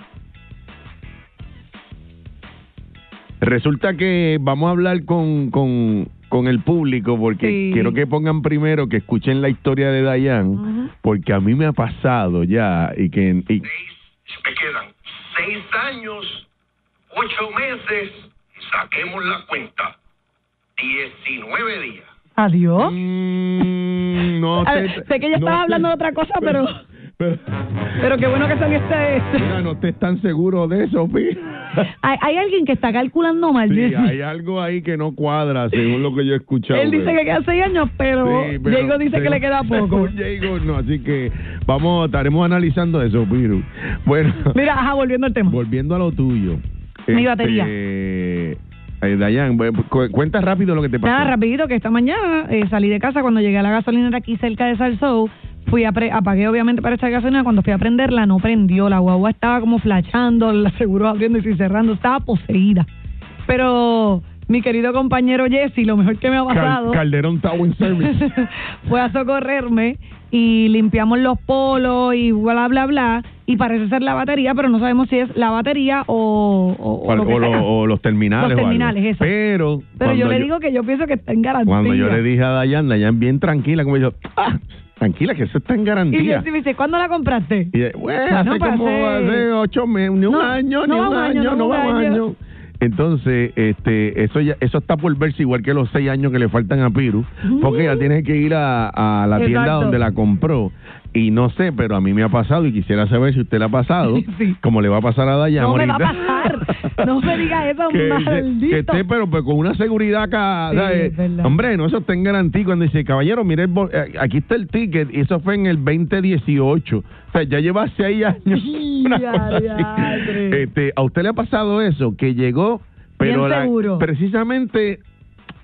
Resulta que vamos a hablar con, con, con el público porque Sí. quiero que pongan primero que escuchen la historia de Dayan, Ujú. porque a mí me ha pasado ya y que y- me quedan seis años, ocho meses, saquemos la cuenta, 19 días. Adiós. Mm, no A te- ver, sé que ya no estabas te- hablando de otra cosa, pero- pero, Pero qué bueno que saliste este. mira, no te están seguro de eso, pi. Hay, hay alguien que está calculando mal. Sí, Jessy. hay algo ahí que no cuadra, según lo que yo he escuchado. Él dice pero- que queda seis años, pero, Sí, pero- Diego dice que pero- le queda poco. según Diego, no, así que vamos, estaremos analizando eso, Piru. Bueno, Mira, ajá, volviendo al tema. volviendo a lo tuyo. Este, Mi batería. Eh, Dayan, cu- cuenta rápido lo que te pasó. Nada, rapidito, que esta mañana eh, salí de casa cuando llegué a la gasolinera aquí cerca de Salsou. Fui a pre- apagué obviamente para esta gasolina. Cuando fui a prenderla, no prendió. La guagua estaba como flashando, la seguro abriendo y cerrando. Estaba poseída. Pero mi querido compañero Jesse, lo mejor que me ha Cal- pasado Calderón Tower Service. fue a socorrerme y limpiamos los polos y bla, bla, bla. Y parece ser la batería, pero no sabemos si es la batería o, o, o o, lo que o lo- sea. o los terminales. Los o algo. terminales, eso. Pero, Pero yo cuando le digo que yo pienso que está en garantía. Cuando yo le dije a Dayan, Dayan bien tranquila, como yo, ah, tranquila, que eso está en Y yo garantía. sí me dice, ¿cuándo la compraste? Y, eh, bueno, Bueno, hace pues, como hace- hace ocho meses, ni un No, año, no ni va un un año, año, no no va va un un año. año. Entonces, este, eso ya, eso está por verse igual que los seis años que le faltan a Piru, porque ya tiene que ir a, a la tienda Exacto. donde la compró. Y no sé, pero a mí me ha pasado y quisiera saber si usted le ha pasado, Sí. como le va a pasar a Dayan No me va a ahorita. pasar. No me diga eso, que, maldito. que esté, pero pues, con una seguridad acá. Sí, ¿sabes? es verdad. Hombre, no, eso está en garantía. Cuando dice, caballero, mire, el bol- eh, aquí está el ticket. Y eso fue en el 2018. O sea, ya lleva seis años. Y una cosa así. adiadre. Este, ¿A usted le ha pasado eso? Que llegó, pero Mm. Bien la- seguro. precisamente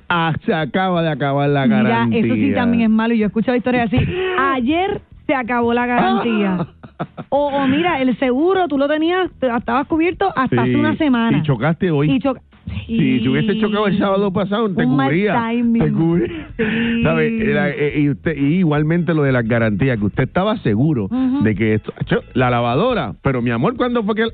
ah, se acaba de acabar la Mira, garantía. eso sí también es malo. y Yo he escuchado historias así. Ayer se acabó la garantía. O, o mira, el seguro tú lo tenías, te- estabas cubierto hasta hace Sí, una semana. y chocaste hoy. Y choca- Si te hubiese chocado el sábado pasado, te Un mal cubría. timing. Te cubría. Sí. ¿Sabe? Era, eh, y, usted, y igualmente lo de las garantías, que usted estaba seguro Ujú. de que esto. Acho, La lavadora, pero mi amor, ¿cuándo fue que.? la-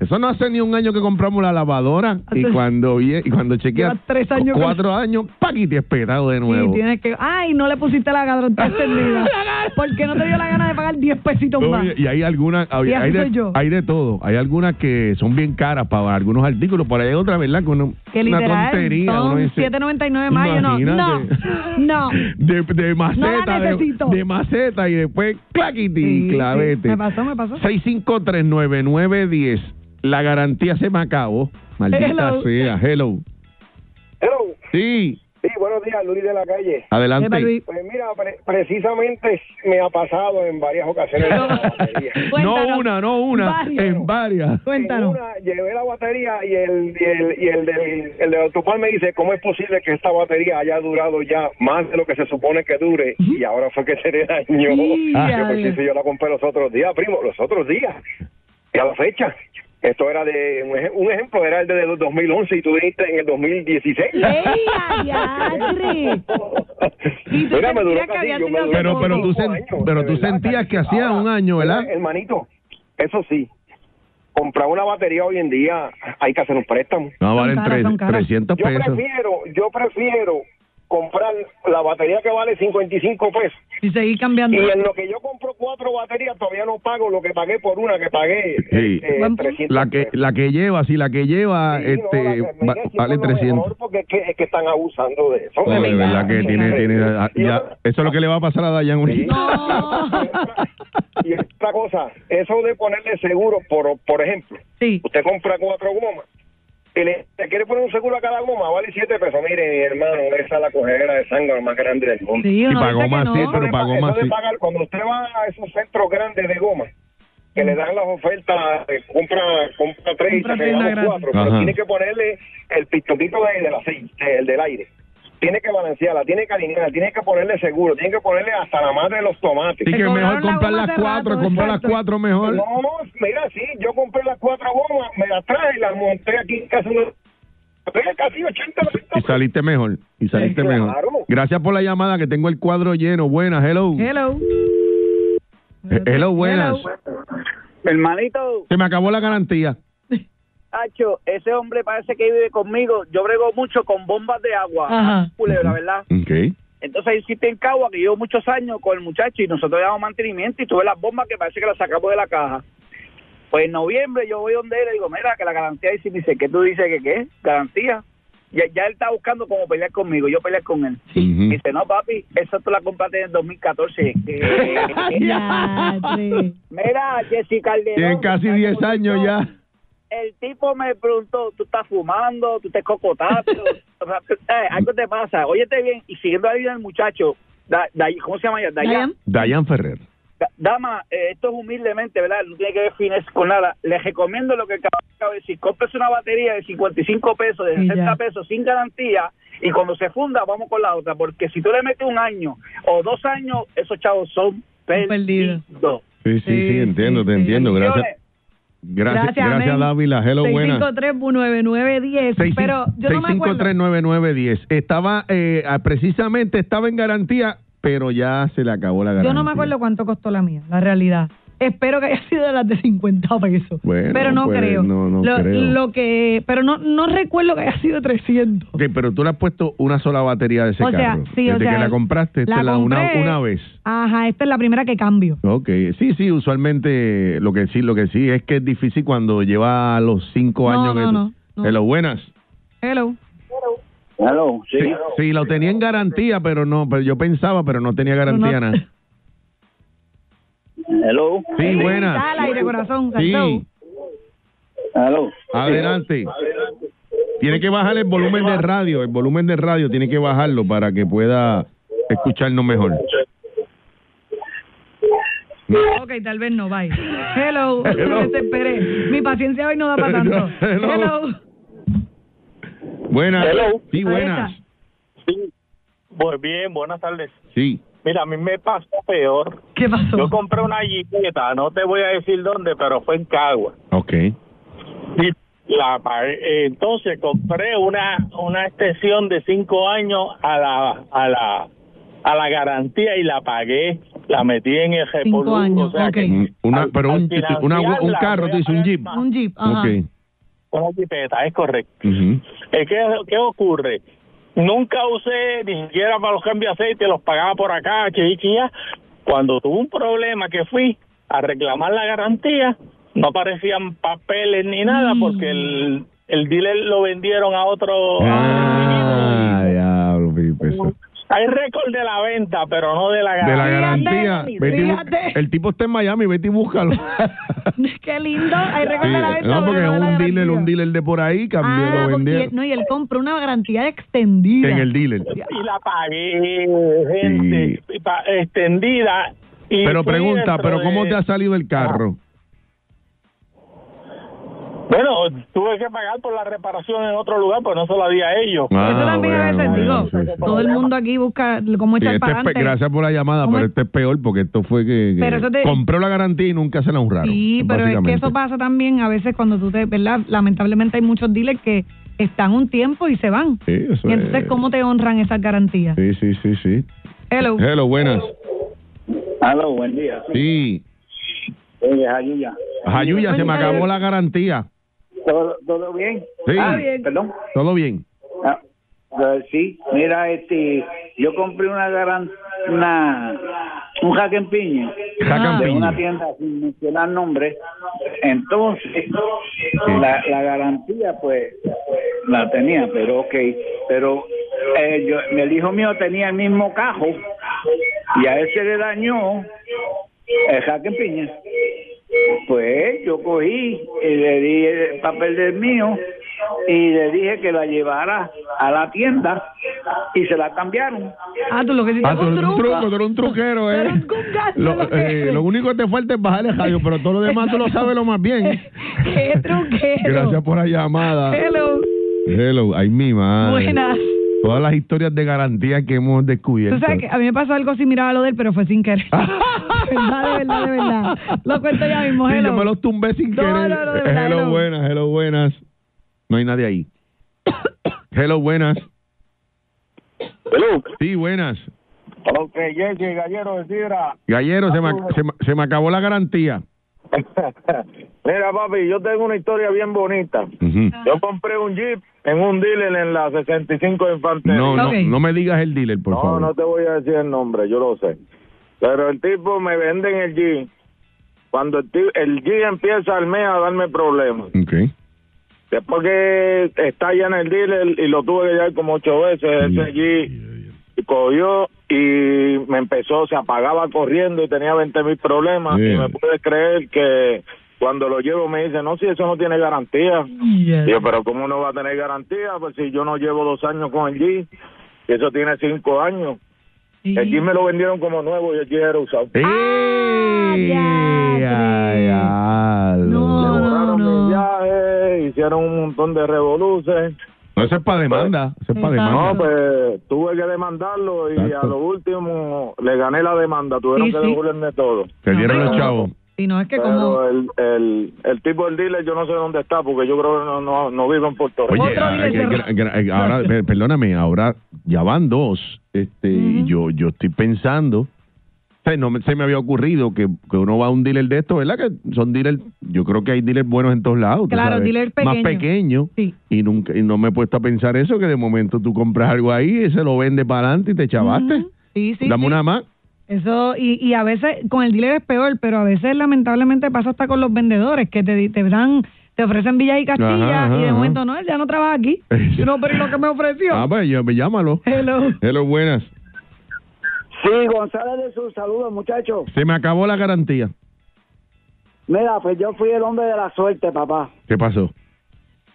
Eso no hace ni un año que compramos la lavadora y Hace- cuando vie- y cuando chequeas Lleva tres años con- cuatro años, paquete esperado de nuevo. Y tienes que. Ay, no le pusiste la garganta extendida. ¿Por qué no te dio la gana de pagar 10 pesitos más? Oye, y hay algunas, hay, Y así hay soy de, yo. hay de todo. Hay algunas que son bien caras para algunos artículos, por ahí hay otras, ¿verdad? Que uno- Que una literal, tontería. son uno dice, 7.99 más, yo no, imagínate. no, no. De, de maceta, de- necesito. de, maceta y después claquiti Sí, sí, clavete. me pasó, me pasó. 6539910. La garantía se me acabó. Maldita Hello. sea. Hello. Hello. Sí, Sí, buenos días, Luis de la calle. Epa, adelante. Luis. Pues mira, pre- precisamente me ha pasado en varias ocasiones la batería. no Cuéntanos. una, no una, Varios. en varias. En Cuéntanos. una llevé la batería y el, y el, y el del el del autopar me dice, ¿cómo es posible que esta batería haya durado ya más de lo que se supone que dure? Y ahora fue que se le dañó. Sí, yo, pues, adiós. sí, sí, yo la compré los otros días, primo, los otros días. Y a la fecha. Esto era de, un, ej- un ejemplo, era el de los 2011 y tú viniste en el 2016. ¡Ey, adiadre! Y tú Mira, me duró sentías que casi, habías yo me tenido duré que Pero, pero tú, cinco sen- años, pero de tú verdad, sentías casi. que hacía Ahora, un año, ¿verdad? mira, Hermanito, eso sí, comprar una batería hoy en día hay que hacer un préstamo. No, valen caras, tres- son caras. 300 Yo pesos. prefiero, yo prefiero comprar la batería que vale 55 pesos Y seguir cambiando. y en lo que yo compro cuatro baterías todavía no pago lo que pagué por una que pagué Sí. eh, Buen punto. 300 La que, pesos. la que lleva, sí, la que lleva, Sí, no, este, la que- va- mira, si vale por lo 300. mejor, porque es que, es que están abusando de eso. Oh, de verdad que tiene, tiene, ya- Y ya- otra- eso es lo que le va a pasar a Dayan ahorita. Y otra cosa, eso de ponerle seguro, por, por ejemplo, Sí. usted compra cuatro gomas y le, le quiere poner un seguro a cada goma, vale siete pesos. Mire, mi hermano, esa es la cogedera de sangre más grande del mundo. Sí, Y uno pagó dice que más no. siete, Eso pero de para pa- gomas eso de sí. pagar, cuando usted va a esos centros grandes de goma, que le dan las ofertas, eh, compra, compra tres Compra y te tres, la regalamos gratis. cuatro, pero Ajá. tiene que ponerle el pistolito de, del aceite, el del aire. Tiene que balancearla, tiene que alinearla, tiene que ponerle seguro, tiene que ponerle hasta la madre de los tomates. Así que Te mejor cobraron la comprar goma las hace cuatro, rato, comprar las exacto. cuatro mejor. No, mira, sí, yo compré las cuatro gomas, me las traje y las monté aquí casi, unos- casi 80 Y saliste mejor, y saliste Sí, mejor. claro. Gracias por la llamada, que tengo el cuadro lleno. Buenas, hello. Hello. Eh, hello, buenas. Hello. Hermanito, Se me acabó la garantía. Hacho, ese hombre parece que vive conmigo. Yo brego mucho con bombas de agua. Ajá. Culebra, ¿verdad? Ok. Entonces ahí existe en Cagua que llevo muchos años con el muchacho y nosotros le damos mantenimiento y tuve las bombas que parece que las sacamos de la caja. Pues en noviembre yo voy donde él y le digo, mira, que la garantía y si me dice, ¿qué tú dices que qué? ¿Garantía? Ya, ya él está buscando cómo pelear conmigo, yo pelear con él. Ujú. Me dice, no, papi, eso tú la compraste en el 2014. Adiadre. mira, Jessica Calderón. Tienen casi ¿sabes 10 cómo años yo? ya. el tipo me preguntó, ¿tú estás fumando? ¿Tú te cocotaste? o sea, tú- eh, algo te pasa. Óyete bien, y siguiendo la vida del muchacho, Da- Day- ¿cómo se llama ella? Dayan. Dayan. Dayan Ferrer. Da- Dama, eh, esto es humildemente, ¿verdad? No tiene que ver fines con nada. Les recomiendo lo que acabo acabo de decir. Compres una batería de 55 pesos, de Y ya. 60 pesos, sin garantía, y cuando se funda, vamos con la otra. Porque si tú le metes un año o dos años, esos chavos son perdidos. perdidos. Sí, sí, sí, Sí, entiendo, sí, te sí. entiendo. Gracias. Señores, Gracias, amén. gracias, Dávila. Hello, buenas. 653-9910. Seis- Pero yo no me acuerdo. 6539910. Estaba, eh, ah, precisamente estaba en garantía, pero ya se le acabó la garantía. Yo no me acuerdo cuánto costó la mía, la realidad. Espero que haya sido de las de 50 pesos. Bueno, pero no pues, creo. no, no lo, creo. lo que, pero no, no recuerdo que haya sido 300. Ok, pero tú le has puesto una sola batería de ese o sea, carro. sí, o Desde sea, que la compraste, esta es la una, compré. una vez. Ajá, esta es la primera que cambio. Ok, sí, sí, usualmente lo que sí, lo que sí es que es difícil cuando lleva los cinco No, no, años. que tú- no, no. Hello, buenas. Hello. Hello, sí. Sí, sí, lo tenía en garantía, pero no, pero yo pensaba, pero no tenía garantía No, no. nada. Hello. Sí, buenas. Está al aire, corazón. Hello. Sí, Hello. adelante. Tiene que bajar el volumen de radio, el volumen de radio tiene que bajarlo para que pueda escucharnos mejor. Ok, tal vez no, bye. Hello. Hello. Me desesperé. Mi paciencia hoy no da para tanto. Hello. Hello. Buenas. Hello. Sí, Ahí buenas. Sí. Pues bien, buenas tardes. Sí. Mira, a mí me pasó peor. ¿Qué pasó? Yo compré una jipeta, no te voy a decir dónde, pero fue en Cagua. Ok. Y la pagué. Eh, entonces compré una una extensión de cinco años a la a la a la garantía y la pagué. la metí en el Cinco Revolut, años, o sea ok. que Mm, Una, al- pero al un, una- un financiarla carro, voy tú a dices un pagar jeep. más. Un jeep, ajá. Ok. una jipeta, es correcto. Ujú. Eh, ¿Qué, qué ocurre? Nunca usé ni siquiera para los cambios de aceite, los pagaba por acá, chiquilla. Cuando tuve un problema que fui a reclamar la garantía, no aparecían papeles ni nada Mm. porque el, el dealer lo vendieron a otro. Ah, diablo, Felipe, eso. Hay récord de la venta, pero no de la pues, De la garantía. garantía. Fíjate, vete y bu- fíjate. el tipo está en Miami, vete y búscalo. Qué lindo. Hay Sí, recortar la venta. no, porque pero es la un garantía. dealer, un dealer de por ahí, cambió, Ah, lo porque- vendió no, y él compró una garantía extendida. en el dealer. Y la pagué, gente, y pa- extendida. y Pero fui pregunta, dentro ¿pero cómo de- te ha salido el carro? Ah, Bueno, tuve que pagar por la reparación en otro lugar, pues no se lo di a ellos. Eso también a veces digo. sí, sí. Todo el mundo aquí busca cómo Sí, echar este para es pe- adelante. gracias por la llamada, ¿Cómo pero es? este es peor porque esto fue que, que Pero eso te- compró la garantía y nunca se la honraron. Sí, pero es que básicamente. eso pasa también a veces cuando tú te, ¿verdad? Lamentablemente hay muchos dealers que están un tiempo y se van. Sí, eso Y entonces, es- ¿cómo te honran esas garantías? Sí, sí, sí, sí. Hello. Hello, buenas. Aló, buen día. Sí. Oye, Ayuya. Jayuya, se me acabó la garantía. ¿Todo, todo bien? Sí. Ah, Perdón. ¿Todo bien? Ah, ah, sí, mira, este, yo compré una garan, una, un hack en piña Ah. Sacan de una piña. tienda sin mencionar nombre. Entonces, la, la garantía, pues, la tenía, pero ok. Pero eh, yo- el hijo mío tenía el mismo cajo y a ese le dañó el hack en piña. Pues yo cogí y le di el papel del mío y le dije que la llevara a la tienda y se la cambiaron. Ah, tú lo que hiciste Ah, tú fue un eres truco. un truco, tú eres un truquero, Tú ¿eh? eres un gato, Lo, lo que eh, eres. lo único que te falta es bajar el radio, pero todo lo demás tú lo sabes lo más bien. Qué truquero. Gracias por la llamada. Hello. Hello, ay mi madre. Buenas. Todas las historias de garantía que hemos descubierto. Tú sabes que a mí me pasó algo similar a lo de él, pero fue sin querer. de verdad, de verdad, de verdad. Lo cuento ya mismo, Sí, hello. yo me los tumbé sin No, querer. no, no, de verdad, hello, hello. buenas, hello, buenas. No hay nadie ahí. hello, buenas. Hello. Sí, buenas. Ok, Jesse, Gallero de Sidra. Gallero, se me, ac- se me- se me acabó la garantía. Mira, papi, yo tengo una historia bien bonita. Ujú. Yo compré un Jeep en un dealer en la 65 de Infantería. No, no, Ok. no me digas el dealer, por no, favor. no te voy a decir el nombre, yo lo sé. Pero el tipo me vende en el Jeep. Cuando el, ti- el Jeep empieza al mes a darme problemas. Ok. Después que está allá en el dealer y lo tuve que llevar como ocho veces, ese Jeep cogió y me empezó, se apagaba corriendo y tenía 20 mil problemas. Yeah. Y me pude creer que cuando lo llevo me dice, no, si eso no tiene garantía. Yeah. Digo, pero ¿cómo no va a tener garantía? Pues si yo no llevo dos años con el Jeep, y eso tiene cinco años. Sí. El Jeep me lo vendieron como nuevo y el Jeep era usado. ¡Ey! diatre. Ay, al- Ah, No, no, Borraron mis no. viajes, hicieron un montón de revoluces. No, eso es para demanda. Eso es para Exacto. demanda. No, pues tuve que demandarlo y Exacto. a lo último le gané la demanda. Tuvieron Sí, que sí. devolverme todo. Te dieron No, los no. chavos. Y no es que como... Pero el, el, el tipo del dealer, yo no sé dónde está, porque yo creo que no, no, no vive en Puerto Rico. Oye, pues, Otro ah, líder que- cerrado. que- que- ahora, per- perdóname, ahora ya van dos. Este, y Ujú. yo, yo estoy pensando, o sea, no me- se me había ocurrido que, que uno va a un dealer de esto, ¿verdad? Que son dealers, yo creo que hay dealers buenos en todos lados. tú Claro, sabes. dealer Más pequeño. pequeño. Sí. Y nunca, y no me he puesto a pensar eso, que de momento tú compras algo ahí y se lo vende para adelante y te chavaste. Ujú. Sí, sí, Dame sí. una más. Eso, y, y a veces con el dealer es peor, pero a veces lamentablemente pasa hasta con los vendedores que te, di- te dan, te ofrecen Villa y Castilla Ajá, ajá, y de ajá. momento no, él ya no trabaja aquí. Y uno, pero ¿y lo que me ofreció? Ah, pues yo- llámalo. Hello. Hello, buenas. Sí, González de sus saludos, muchachos. Se me acabó la garantía. Mira, pues yo fui el hombre de la suerte, papá. ¿Qué pasó?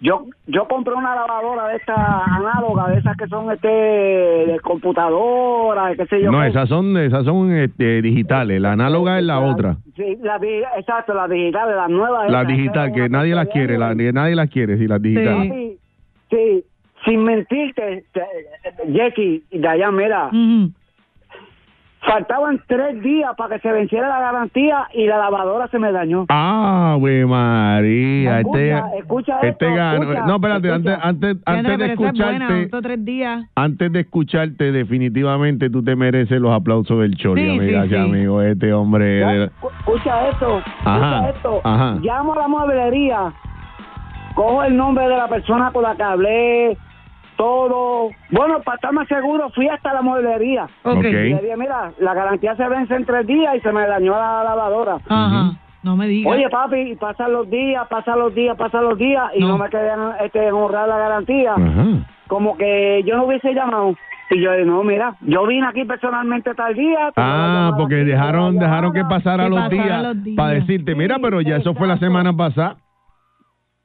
Yo yo compré una lavadora de estas análoga, de esas que son este de computadora, de qué sé yo. No, qué. esas son, esas son este, digitales. La análoga es la otra. Sí, la di- exacto, las digitales, las nuevas. La esas, digital, esas que son nadie las una quiere, la, porquería. que nadie las quiere, sí, las digitales. Sí, sí, sin mentirte, te- Jackie, Dayan, mira, Ujú. Faltaban tres días para que se venciera la garantía y la lavadora se me dañó. Ah, güey, María. Escucha, este escucha este esto, ganó. escucha, no, espérate, escucha. antes, antes, antes de Pero esa es buena, escucharte, otros tres días. antes de escucharte, definitivamente tú te mereces los aplausos del Chori, Sí, amigas sí, y sí. amigos. Este hombre. de- Escu- Escucha esto, Ajá, escucha esto. ajá. Llamo a la mueblería, cojo el nombre de la persona con la que hablé, todo. Bueno, para estar más seguro, fui hasta la mueblería. Ok. Y le dije, mira, la garantía se vence en tres días y se me dañó la lavadora. Ah, No me digas. Oye, papi, y pasan los días, pasan los días, pasan los días y no, me querían este, honrar la garantía. Como que yo no hubiese llamado. Y yo, no, mira, yo vine aquí personalmente tal día. Ah, porque dejaron dejaron que pasara Que los pasara días los días. para decirte, mira, pero ya eso fue la semana pasada.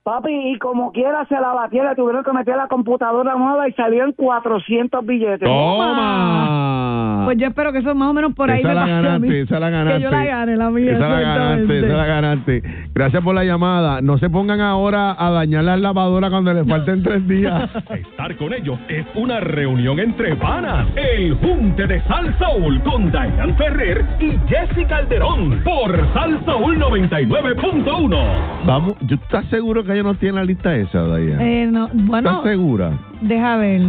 Papi, y como quiera se la batía, le tuvieron que meter la computadora nueva y salió en 400 billetes. ¡Toma! Ah. Pues yo espero que eso más o menos por ahí esa me la pase a mí. ganaste, esa la ganaste. Que yo la gane, la mía. este, Esa la ganaste, exactamente. esa la ganaste. Gracias por la llamada. No se pongan ahora a dañar la lavadora cuando le falten tres días. Estar con ellos es una reunión entre panas. El Junte de Sal Soul con Diane Ferrer y Jesse Calderón por Sal Soul 99.1. Vamos, ¿yo estás seguro que ella no tiene la lista esa, Daya? Eh, no, bueno, ¿Estás segura? deja ver.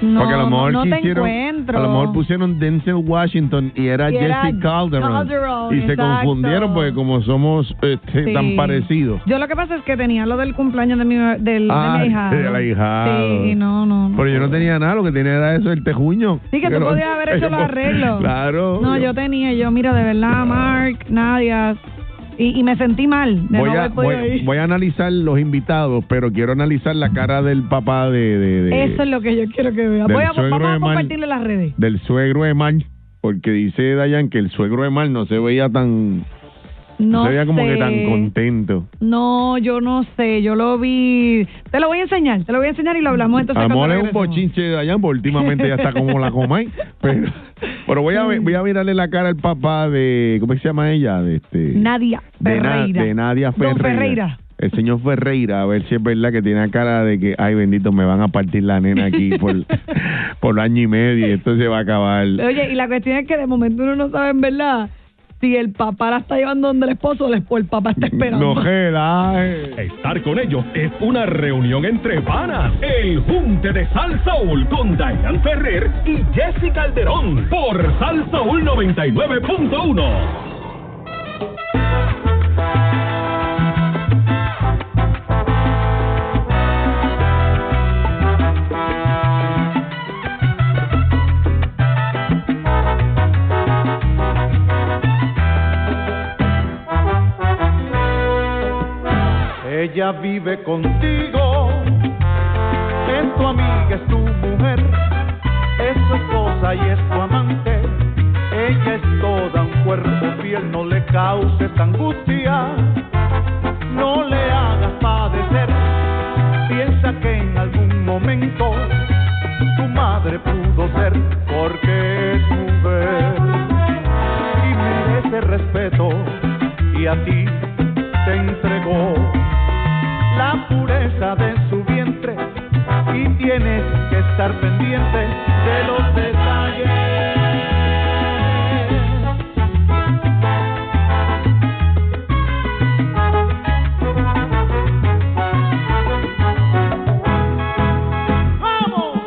No, Porque a lo mejor no, no te quisieron- encuentro. a lo mejor pusieron Denzel Washington y era Y era Jesse Calderon. Calderon, y se exacto. confundieron porque como somos este, Sí. tan parecidos. Yo lo que pasa es que tenía lo del cumpleaños de mi, del, de mi hija. de la hija. Sí, no, no. no. Pero yo no tenía nada, lo que tenía era eso, el tejuño. Sí, que tú no- podías haber hecho los arreglos. Claro. No, yo tenía, yo, mira, de verdad, Mark, Nadia. Y, y me sentí mal de voy, no a, haber podido voy- ir. voy a analizar los invitados, pero quiero analizar la cara del papá de, de- de- Eso es lo que yo quiero que vea. del Voy a, suegro vamos de a Mar- compartirle las redes. del suegro de Mal, porque dice Dayan que el suegro de Mal no se veía tan No se veía como sé. que tan contento. No, yo no sé, yo lo vi. Te lo voy a enseñar, te lo voy a enseñar y lo hablamos entonces. Amor cuando es un regresemos. bochinche de Dayan, porque últimamente ya está como la comay, pero pero voy a ver- voy a mirarle la cara al papá de ¿cómo es que se llama ella? De este Nadia de, Na- Ferreira. de Nadia Don Ferreira. Ferreira. El señor Ferreira, a ver si es verdad que tiene cara de que, ay bendito, me van a partir la nena aquí por, por año y medio y esto se va a acabar. Oye, y la cuestión es que de momento uno no sabe, en verdad, si el papá la está llevando donde el esposo o el esp- o el papá está esperando. Estar con ellos es una reunión entre panas. El Junte de Sal Soul con Diane Ferrer y Jesse Calderón por Sal Soul 99.1. Ella vive contigo, es tu amiga, es tu mujer, es tu esposa y es tu amante. Ella es toda un cuerpo fiel, no le causes angustia, no le hagas padecer. Piensa que en algún momento tu madre pudo ser, porque es mujer y merece respeto y a ti te entregó la pureza de su vientre y tienes que estar pendiente de los detalles. ¡Vamos!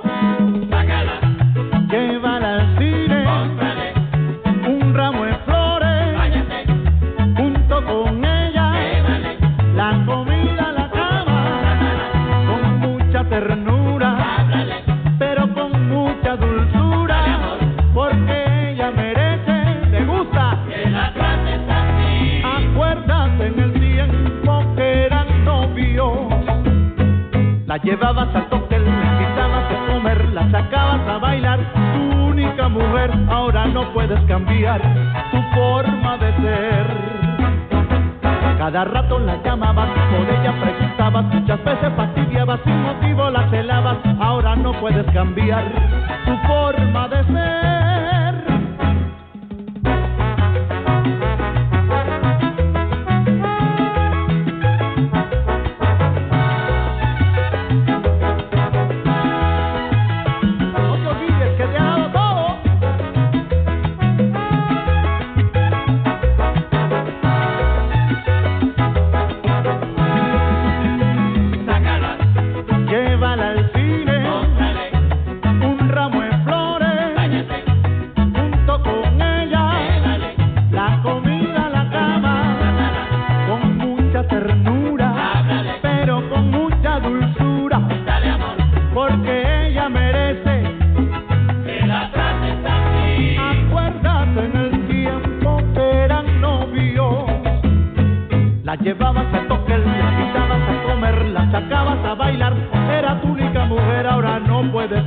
¡Sácala! Llévala al cine. Un ramo de flores. Junto con ella. La comida, la cama. Con mucha ternura. Pero con mucha dulzura. Porque ella merece. Te gusta. Que la trates así. Acuérdate en el tiempo que eran novios. La llevabas al cóctel, la invitabas a comer, la sacabas a bailar. Tu única mujer, ahora no puedes cambiar tu forma de ser. Cada rato la llamabas, por ella preguntabas, muchas veces fastidiabas, sin motivo la celabas. Ahora no puedes cambiar tu forma de ser. No te olvides que te ha dado todo.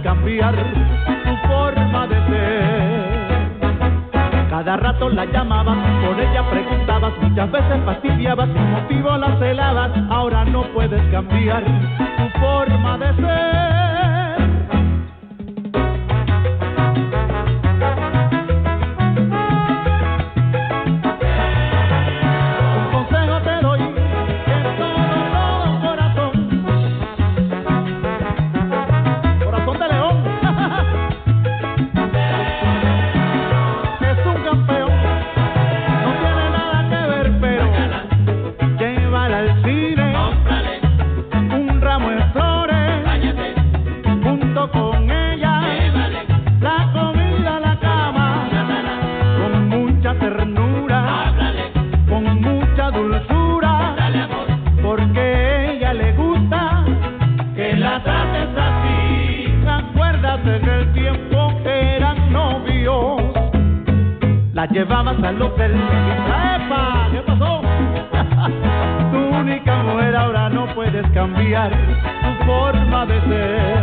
cambiar tu forma de ser. Cada rato la llamabas, por ella preguntabas, muchas veces fastidiabas, sin motivo la celabas. Ahora no puedes cambiar tu forma de ser. Un consejo te doy, que todo, todo corazón. Corazón de león. Es un campeón. No tiene nada que ver, pero llévala al cine. Un ramo de flores. Junto con ella. La comida a la cama. Con mucha ternura. Con mucha dulzura. Porque ella le gusta que la trates así. Acuérdate del tiempo que eran novios. La llevabas al hotel. ¡Epa! ¿Qué pasó? tu única mujer ahora no puedes cambiar tu forma de ser.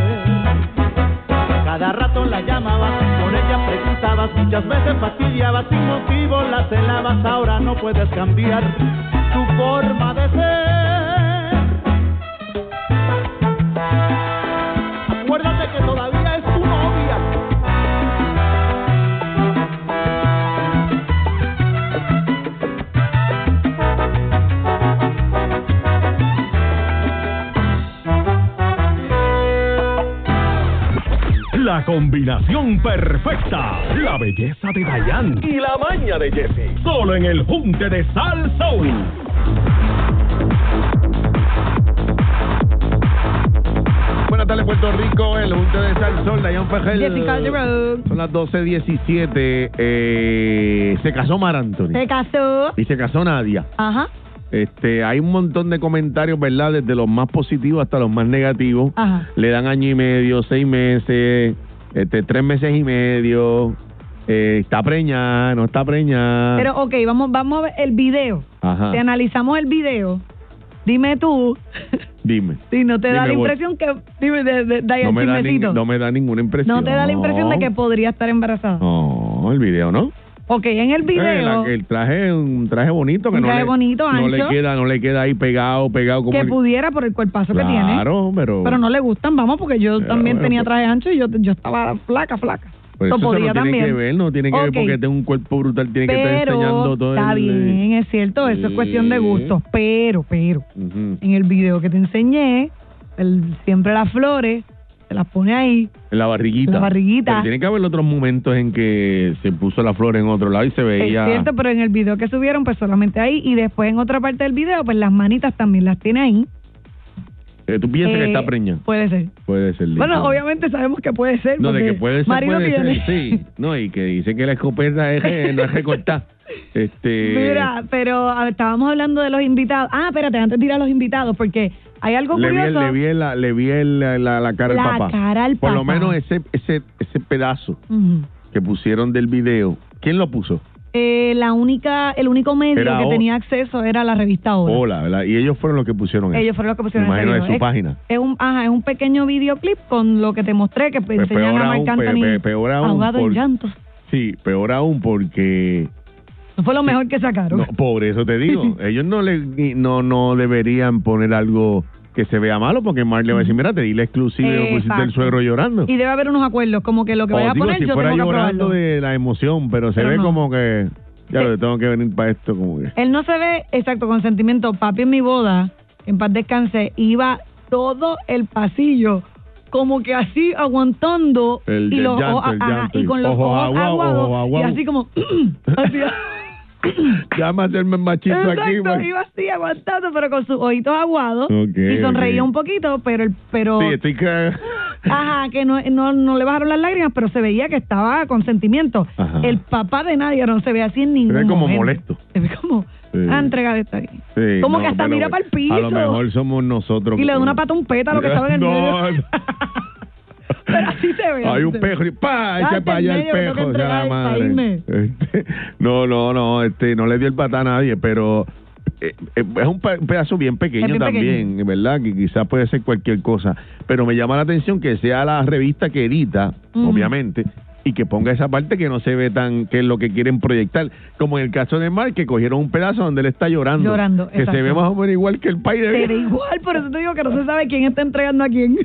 Cada rato la llamabas, por ella preguntabas, muchas veces fastidiabas, sin motivo la celabas, ahora no puedes cambiar tu forma de ser. Acuérdate que todavía es tu novia. La combinación perfecta. La belleza de Dayan y la maña de Jesse. Solo en el junte de Sal Soul. Buenas tardes, Puerto Rico. El Junte de Salsón, Dayan Fejel. Jessica Calderón. Son las 12.17. Eh, se casó Mar Anthony. Se casó. Y se casó Nadia. Ajá. Este, hay un montón de comentarios, ¿verdad? Desde los más positivos hasta los más negativos. Ajá. Le dan año y medio, seis meses, este, tres meses y medio. eh, está preñada, no está preñada. Pero ok, vamos, vamos a ver el video. Ajá. Si analizamos el video, dime tú Dime. si no te da Dime, la voy. impresión que... Dime, de, de- de- No me, da ni- chismecito. no me da ninguna impresión. No te da la impresión de que podría estar embarazada. No, el video no. Ok, en el Eh, la- video El, traje es un traje bonito que Un no, traje le, bonito, no ancho. le queda, no le queda ahí pegado, pegado como que el- pudiera por el cuerpazo que tiene. Claro, Eh, pero, Pero no le gustan, vamos, porque yo también bueno, tenía traje ancho y yo, yo estaba flaca, flaca. pero lo pues eso, podía no tiene también. que ver, no tiene que Ok. ver porque tiene un cuerpo brutal, tiene que estar Pero enseñando todo está el- bien, es cierto, eso es cuestión de Sí. gustos. Pero, pero, Ujú. en el video que te enseñé, él siempre las flores, te las pone ahí. En la barriguita. La barriguita. Pero tiene que haber otros momentos en que se puso la flor en otro lado y se veía. Es cierto, pero en el video que subieron, pues solamente ahí. Y después en otra parte del video, pues las manitas también las tiene ahí. Eh, ¿Tú piensas Eh, que está preña? Puede ser. Puede ser. Bueno, dice. obviamente sabemos que puede ser. No, de porque que puede ser, marido puede tiene. ser, sí. No, y que dice que la escopeta es, eh, no es recortada. Este, Mira, pero a ver, estábamos hablando de los invitados. Ah, espérate, antes de ir a los invitados, porque hay algo le vi, curioso. le vi, la, le vi el- la, la- la cara La al papá. cara al Por lo papá. menos ese, ese, ese pedazo Ujú. que pusieron del video. ¿Quién lo puso? Eh, la única, el único medio Era que O- tenía acceso era la revista Hola. Hola, ¿verdad? Y ellos fueron los que pusieron eso. Ellos fueron los que pusieron Me ese imagino de video. su Es- página. Es un, ajá, es un pequeño videoclip con lo que te mostré que Pues enseñan peor a Marc aún, pe- Anthony pe- peor aún, ahogado en por- llantos. Sí, peor aún porque... Eso fue lo mejor que sacaron. No, por eso te digo, ellos no le ni- no no deberían poner algo que se vea malo porque Mark le va a decir, mira, te di la exclusiva y me pusiste el Exacto. suegro llorando. Y debe haber unos acuerdos, como que lo que O vaya digo, a poner si yo fuera tengo que llorando aprobarlo. de la emoción, pero se Pero ve no. Eh, como que, ya lo tengo que venir para esto como que... Él no se ve, exacto, con sentimiento. Papi en mi boda, en paz descanse, iba todo el pasillo como que así aguantando El- y, el los llanto, ojos- el ajá, llanto, y y con los ojos ojos aguados, aguados ojos aguados. y así como así, Ya me hacerme el machito aquí. pues. exacto, porque- iba así aguantando pero con sus ojitos aguados Ok, y sonreía ok. un poquito pero el pero Sí, estoy que... Ajá, que no, no, no le bajaron las lágrimas, pero se veía que estaba con sentimiento. Ajá. El papá de nadie no se ve así en Se ningún ve como momento. molesto. Se ve como, Sí. ah, entregado está aquí. Sí, como no, que hasta pero mira para el piso. A lo mejor somos nosotros. Y le da una pata a un pétalo que estaba en el No, medio. Pero así se ve. Hay así un se ve. pejo y pa, Date echa para allá en medio, el que tengo pejo, que sea la entregar el madre. país, me. Este, no, no, no, este, no le dio el pata a nadie, pero eh, eh, es un pe- un pedazo bien pequeño Es bien también, ¿verdad? Que quizás puede ser cualquier cosa. Pero me llama la atención que sea la revista que edita, Ujú. obviamente, y que ponga esa parte que no se ve tan, que es lo que quieren proyectar. Como en el caso de Mar, que cogieron un pedazo donde él está llorando. Llorando, Que se exacto. ve más o menos igual que el país de Pero igual, por eso te digo que no se sabe quién está entregando a quién.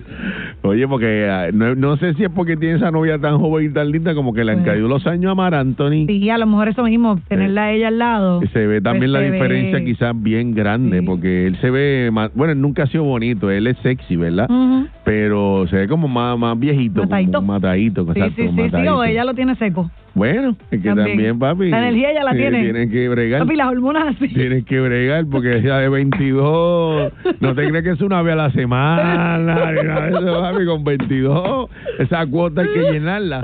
Oye, porque eh, no, no sé si es porque tiene esa novia tan joven y tan linda como que le han caído los años a Mar Anthony. Pues, Sí, a lo mejor eso mismo, tenerla a ella al lado. Se ve también Pues la se ve. diferencia quizás bien grande, porque él se ve más, bueno, él nunca ha sido bonito, él es sexy, ¿verdad? Ujú. Pero se ve como más, más viejito, Mm. Matadito. como matadito, Sí, exacto, sí, sí, sí, matadito. o ella lo tiene seco. Bueno, es que también, También. papi. La energía ya la eh, tiene. Tienes que bregar. Papi, las hormonas así. Tienes que bregar porque ella de 22, no te crees que es una vez a la semana, ni nada de eso, papi, con 22, esa cuota hay que llenarla.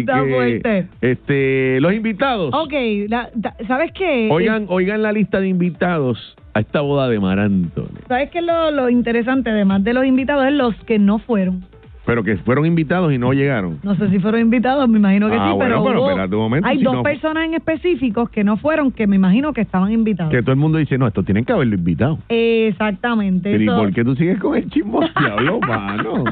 Está que, fuerte. este, los invitados, Ok, la- da- ¿sabes qué? oigan, oigan la lista de invitados a esta boda de Maranto, ¿Sabes qué es lo, lo interesante, además de los invitados, es los que no fueron? pero que fueron invitados y no llegaron. No sé si fueron invitados, me imagino que Ah, sí, bueno, pero, pero hubo- espérate un momento, hay si dos no- personas en específicos que no fueron, que me imagino que estaban invitados. Que todo el mundo dice, no, esto tienen que haberlo invitado. Exactamente. Pero ¿y eso- por qué tú sigues con el chismos, diablo, mano?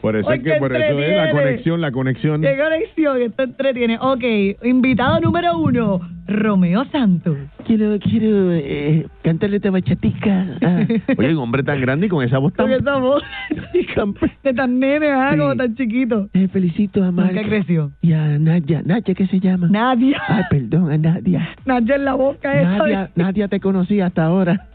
Por eso es Porque que, por eso es la entreviene. conexión, la conexión. ¿Qué conexión? Esto entretiene. Ok, invitado número uno, Romeo Santos. Quiero, quiero eh, cantarle esta bachatica. Oye, un hombre tan grande y con esa voz tan... Con esa voz de tan nene, ¿ah? Como tan chiquito. Eh, felicito a Mark. Nunca creció. Y a Nadia. ¿Nadia qué se llama? Nadia. Ay, perdón, a Nadia. Nadia en la boca esa. Nadia, Nadia te conocí hasta ahora.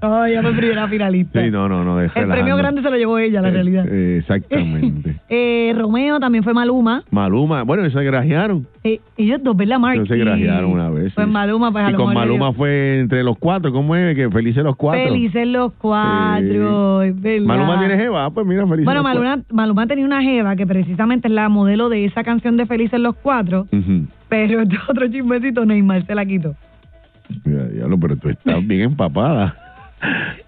Ay, ya me primera finalista. Sí, no, no, no, de El premio relajando. grande se lo llevó ella, la realidad. Eh, exactamente. Eh, Romeo también fue Maluma. Maluma, bueno, se grajearon. Eh, ellos dos, ¿verdad, Mark? Ellos se Y- grajearon una vez. Pues sí. Maluma, pues a y lo con mejor le dio- Maluma fue entre los cuatro, ¿cómo es? Que felices los cuatro. Felices los cuatro, es verdad. Maluma tiene jeva, ah, pues mira, felices Bueno, los cuatro. Maluma, Maluma tenía una jeva que precisamente es la modelo de esa canción de Felices los Cuatro, Ujú. pero este otro chismecito Neymar se la quitó. Ya, diablo, pero tú estás bien empapada.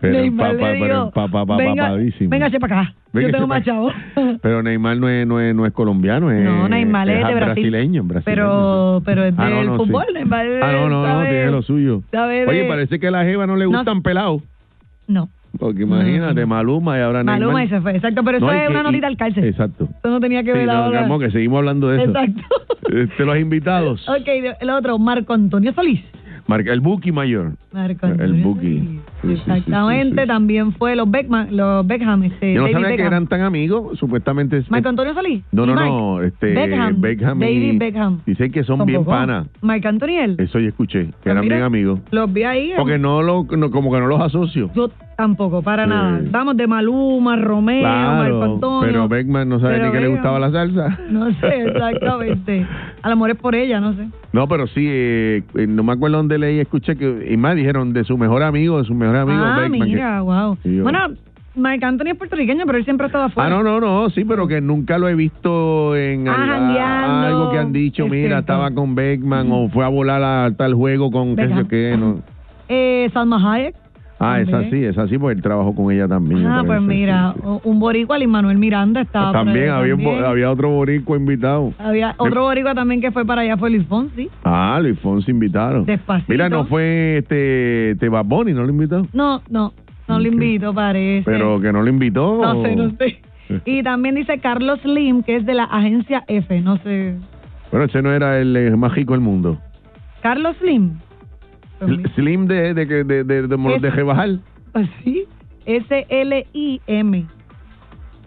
Pero Neymar empapa- le pero dijo, empapa- venga, empapadísima. venga, eche para acá, Venga, yo eche tengo más chavo. Pero Neymar no es, no es, no es colombiano, es, No, Neymar es de Brasil. brasileño, brasileño. Pero, pero es del Ah, no, no, sí. fútbol, Neymar Ah, no, no, no, sabe- tiene lo suyo. sabe de- Oye, parece que a la jeva no le No. gustan pelados. No. Porque imagínate, Maluma y ahora Maluma y Neymar. se fue, exacto, pero eso No, y es que- una notita y- al cárcel. Exacto. Eso no tenía que Sí, ver no, ahora. Carmo, que seguimos hablando de eso. Exacto. Este, los invitados. Ok, de- el otro, Marco Antonio Solís. Marca el Buki Mayor. Marco Antonio. El Buki. eh, Sí, sí, sí, Exactamente, sí, sí. también fue los Beckman, los Beckham, este, Yo no David sabía que Beckham. eran tan amigos, supuestamente. es- Marco Antonio Solís. No, y no, Mark no, este Beckham, Beckham y- David Beckham. Dicen que son bien Tampoco. panas. Marc Anthony y él. Eso yo escuché, que eran mira. bien amigos. Los vi ahí. en- Porque no lo, no, como que no los asocio. Yo tampoco, para Sí. nada. Vamos de Maluma, Romeo, Marco Claro, Antonio. pero Beckman no sabe Pero ni que le Beckham. gustaba la salsa. No sé, exactamente. A lo mejor es por ella, no sé. No, pero sí, eh, eh, no me acuerdo dónde leí, escuché que, y más dijeron de su mejor amigo, de su mejor amigo ah, Beckman, que- mira, wow. Sí, yo- Bueno, Marc Anthony es puertorriqueño, pero él siempre ha estado afuera. Ah, no, no, no, sí, pero que nunca lo he visto en Ah, al- a- jangueando. algo que han dicho, Es mira, cierto. estaba con Beckman o fue a volar a tal juego con qué sé Beckham. yo qué. No. Eh, Salma Hayek. Ah, es También. así, es así, porque él trabajó con ella también. me Ah, pues parece. mira, o- un boricua, Luis Manuel Miranda estaba por También, ahí había, un bo- había otro boricua invitado. Había otro boricua también que fue para allá, fue Luis Fonsi. Ah, Luis Fonsi invitaron. Despacito. Mira, no fue este, este Bad Bunny, ¿no lo invitó? No, no, no lo invito, parece. Pero que no lo invitó. No sé, no sé. Y también dice Carlos Slim, que es de la agencia F, no sé. Bueno, ese no era el eh, más rico del mundo. Carlos Slim, Sl- Slim de, de, de, de, de, de, Es- de rebajar. así, S-L-I-M.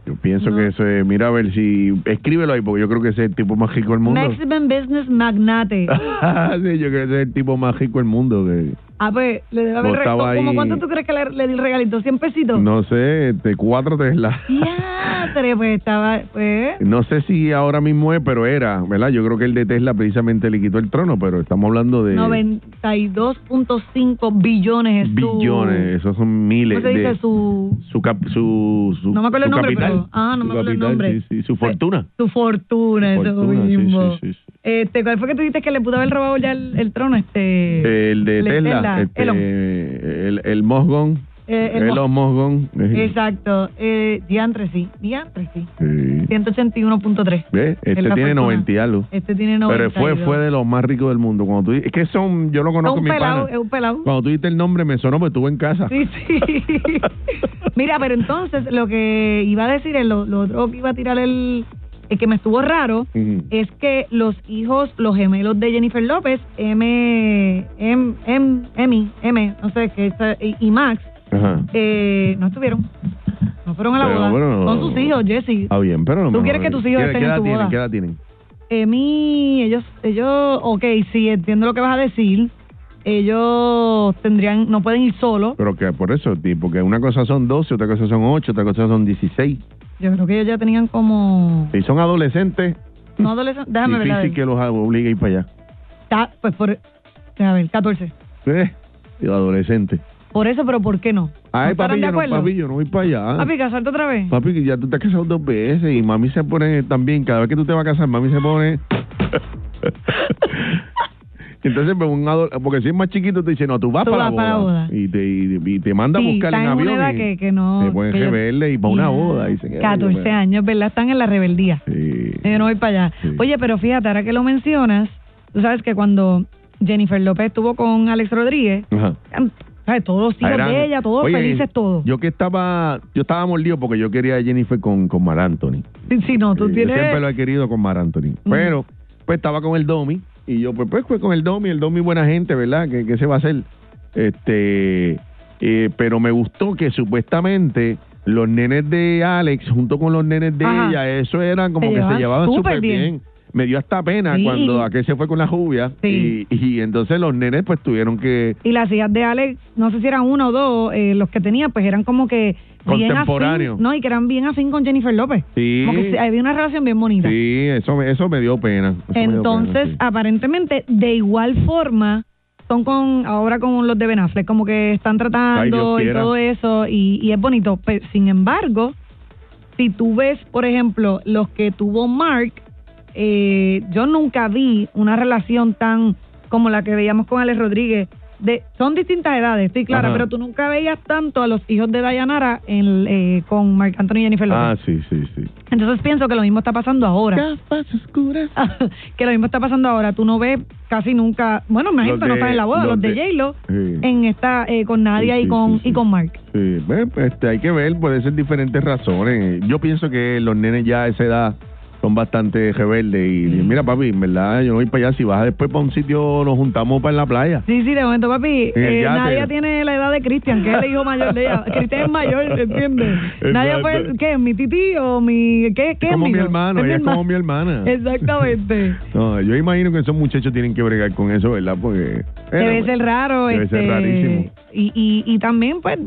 Yo pienso que eso es, mira a ver si, escríbelo ahí, porque yo creo que ese es el tipo más rico del mundo. Ah, Mexican Business Magnate. sí, yo creo que ese es el tipo más rico del mundo. Que, A ver, le debe haber Botaba regalado. ¿Cómo ahí- cuánto tú crees que le, le di el regalito? ¿100 pesitos? no sé, este, cuatro Tesla. Ya, tres, pues estaba, pues, No sé si ahora mismo es, pero era, ¿verdad? Yo creo que el de Tesla precisamente le quitó el trono, pero estamos hablando de 92.5 billones es su- billones, esos son miles. ¿Cómo se dice? de, Su, su, cap- su, su- No me acuerdo su el nombre, capital. pero- ah, no me Su acuerdo el capital, nombre. Pues, sí, sí, su fortuna. su fortuna, Su eso fortuna, sí, mismo. sí, sí, sí. Este, ¿Cuál fue que tú dijiste que le pudo haber robado ya el, el trono? Este, El de el Tesla, Tesla, este, Elon. el, el Mosgón, Eh, el Es los mo- mosgón. Eh, Exacto. Eh, diantre sí. Diantre sí. sí. 181.3. ¿Ves? Este Es la tiene fortuna. 90 y algo. Este tiene 90. Pero fue, fue de los más ricos del mundo. Cuando tú, di- es que son, yo lo Es conozco un mi pelado, pana. es un pelado. Cuando tú diste el nombre me sonó porque estuve en casa. Sí, sí. Mira, pero entonces lo que iba a decir, es lo, lo otro que iba a tirar el, el que me estuvo raro, Ujú. es que los hijos, los gemelos de Jennifer López, M, M, M, M, M no sé qué, es, y, y Max, Ajá. eh, no estuvieron. No fueron a la Pero, boda. bueno, Son sus hijos, Jesse. Ah, bien, pero no ¿Tú me- quieres que tus hijos ¿Qué- estén en ¿Qué edad tu tienen? boda? ¿Qué edad tienen? Emi, ellos, ellos, ok, sí, entiendo lo que vas a decir. Ellos tendrían, no pueden ir solos. Pero que por eso, tipo, que una cosa son 12, otra cosa son 8, otra cosa son 16. Yo creo que ellos ya tenían como... Si son adolescentes, No adolescente, déjame ver. la difícil de- que los obligue a ir para allá. Ta- pues por, déjame ver, 14. ¿Eh? Digo, adolescente. Por eso, pero ¿por qué no? Ay, ¿No estarán papi, de yo no, acuerdo? papi, yo no voy para allá. Papi, casarte otra vez. Papi, que ya tú te has casado dos veces y mami se pone también, cada vez que tú te vas a casar, mami se pone... Entonces, pues, un adol- porque si es más chiquito, te dice, no, tú vas, Tú para, vas la para la boda. boda. Y te, y, y te manda a Sí, buscar en están en una avión. edad y que, que no... te ponen que ellos- rebelde y para una Ya. boda. Dicen, "Ay, 14 yo me- años, ¿verdad? Están en la rebeldía. Yo no voy para allá. Oye, pero fíjate, ahora que lo mencionas, tú sabes que cuando Jennifer López estuvo con Alex Rodríguez, Ajá. eran, ¿sabes? todos los hijos Eran- de ella, todos Oye, felices, todos. Yo que estaba, yo estaba mordido porque yo quería a Jennifer con, con Mar Anthony. Sí, sí, no, tú Eh, tienes... Yo siempre lo he querido con Mar Anthony. Pero, pues estaba con el Domi. Y yo, pues, pues, pues, con el Domi, el Domi buena gente, ¿verdad? ¿Qué, qué se va a hacer? Este, eh, pero me gustó que supuestamente los nenes de Alex junto con los nenes de Ajá. ella, eso eran como Se que llevaban se llevaban súper súper bien. bien. Me dio hasta pena Sí. cuando aquel se fue con la lluvia. Sí. Y, y entonces los nenes pues tuvieron que... Y las hijas de Alex, no sé si eran uno o dos, eh, los que tenía, pues eran como que... bien Contemporáneo. afín, No, y que eran bien afín con Jennifer López. Sí. Como que se- había una relación bien bonita. Sí, eso, me- eso me dio pena. Eso me dio Entonces, pena, sí. aparentemente, de igual forma, son con ahora con los de Ben Affleck, como que están Ay, tratando Dios y quiera. todo eso, y, y es bonito. Pe- sin embargo, si tú ves, por ejemplo, los que tuvo Mark, eh, yo nunca vi una relación tan como la que veíamos con Alex Rodríguez. De, son distintas edades, estoy clara, Ajá. pero tú nunca veías tanto a los hijos de Dayanara en, eh, con Mark Anthony y Jennifer Lopez. Ah, sí, sí, sí. Entonces pienso que lo mismo está pasando ahora. que lo mismo está pasando ahora. Tú no ves casi nunca, bueno, imagínate, Los no de- estás en la boda, los los de de- J-Lo Sí. en esta, eh, con Nadia Sí, y, sí, con, sí, sí. y con Mark. Sí, bueno, pues, este, hay que ver, puede ser diferentes razones. Yo pienso que los nenes ya a esa edad son bastante rebeldes y mira papi, en verdad yo no voy para allá, si vas después para un sitio nos juntamos para en la playa. Sí, sí, de momento, papi, En el eh, yate. Nadia tiene la edad de Cristian, que es el hijo mayor de ella. Cristian es mayor, ¿entiendes? Nadia fue, Exacto. ¿qué? ¿Mi tití o mi...? ¿Qué, qué Es como mío? mi hermano, Es ella es como mi hermano. hermana. Exactamente. No, yo imagino que esos muchachos tienen que bregar con eso, ¿verdad? Porque debe ser raro. Debe este, pues, ser rarísimo. Y, y, y también, pues,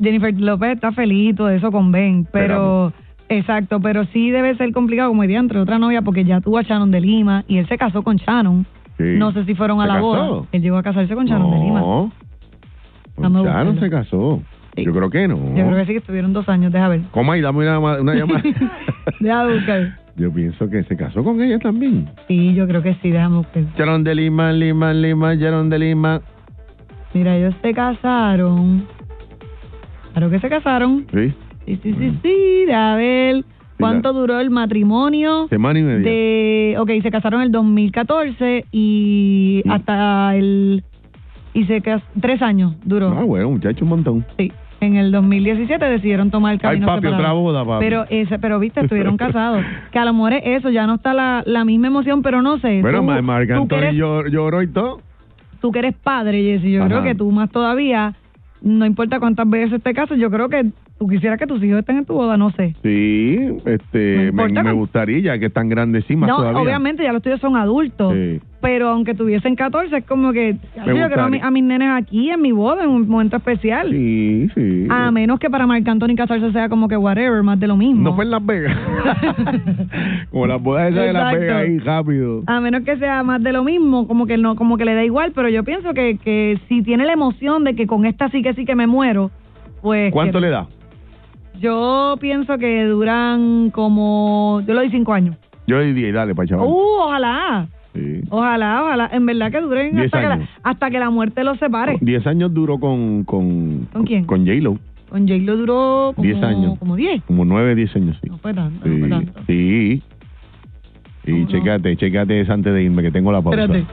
Jennifer López está feliz y todo eso con Ben, pero... Exacto, pero sí debe ser complicado como diría entre otra novia porque ya tuvo a Shannon de Lima y él se casó con Shannon. Sí. No sé si fueron a ¿Se la boda. casó? Él llegó a casarse con Shannon de Lima. No, Pues Vamos a ya buscarlo. no se casó. Yo creo que no. Yo creo que sí que estuvieron dos años, deja ver. ¿Cómo ahí? Dame una, ma- una llamada. Deja buscar. yo pienso que se casó con ella también. Sí, yo creo que sí, déjame buscar. Sharon de Lima, Lima, Lima, Sharon de Lima. Mira, ellos se casaron. Claro que se casaron. Sí, Sí, sí, sí, sí, deja ver. ¿Cuánto duró el matrimonio? semana y media. de ok se casaron en el 2014 y hasta el y se cas- tres años duró Ah, bueno, muchacho, un montón. sí en el 2017 decidieron tomar el Ay, camino papi, separado. otra boda, papi. pero ese pero viste estuvieron casados que a lo mejor es eso ya no está la, la misma emoción pero no sé bueno, tú, Mar- Marc tú, que Anthony eres, llor- lloró y todo. tú que eres padre Jessy yo Ajá. creo que tú más todavía no importa cuántas veces te cases yo creo que tú quisieras que tus hijos estén en tu boda no sé Sí, este, No me, importa me con- gustaría, ya que están grandecísimas no todavía. obviamente ya los tuyos son adultos Sí. pero aunque tuviesen 14 es como que yo gustaría. quiero a, mi- a mis nenes aquí en mi boda en un momento especial Sí, sí. a menos que para Marc Anthony casarse sea como que whatever más de lo mismo No fue en Las Vegas. Como las bodas esas de Las Exacto. Vegas ahí, rápido. a menos que sea más de lo mismo como que no como que le da igual pero yo pienso que, que si tiene la emoción de que con esta sí que sí que me muero pues ¿Cuánto que- le da? yo pienso que duran como yo lo di cinco años Yo le di 10, dale, pa' chaval. uh ojalá Ojalá, ojalá. En verdad que duren Diez hasta que, la, años. hasta que la muerte los separe. Diez años duró con... ¿Con, ¿Con quién? Con J-Lo. Con Jake lo duró como, Diez años. como 10. Como nueve, diez años, sí. No fue tanto, Sí, no fue tanto. sí. Sí, chécate, chécate esa antes de irme, que tengo la pausa. Espérate.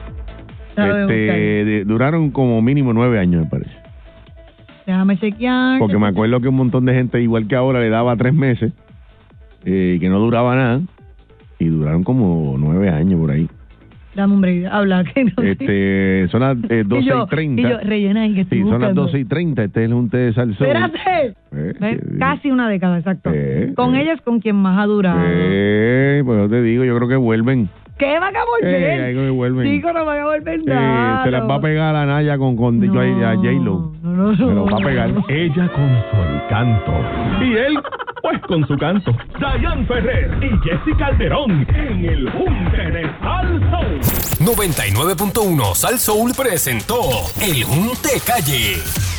Ya lo voy a buscar. Este, de- duraron como mínimo nueve años, me parece. Déjame chequear. Porque me acuerdo que un montón de gente, igual que ahora, le daba tres meses eh, y que no duraba nada. Y duraron como nueve años por ahí. Dame un break. Habla que no. Este, son las eh, 12 y yo, y 30. Y yo, rellena ahí que estoy sí, son las buscando. 12 y 30. Este es un té de salsón. Espérate. Eh, Ve, Casi una década, exacto. eh, Con ella es con quien más ha durado. eh, pues yo te digo, yo creo que vuelven. ¿Qué van a Eh, volver? ahí que vuelven. Chico, no van a volver Eh, nada. se las va a pegar a Naya con, con a, a J-Lo. Se las va a pegar. Ella con su encanto. Y él, pues con su canto. Dayan Ferrer y Jessica Calderón en el Junte de Salsa. 99.1 Sal Soul presentó El Junte Calle.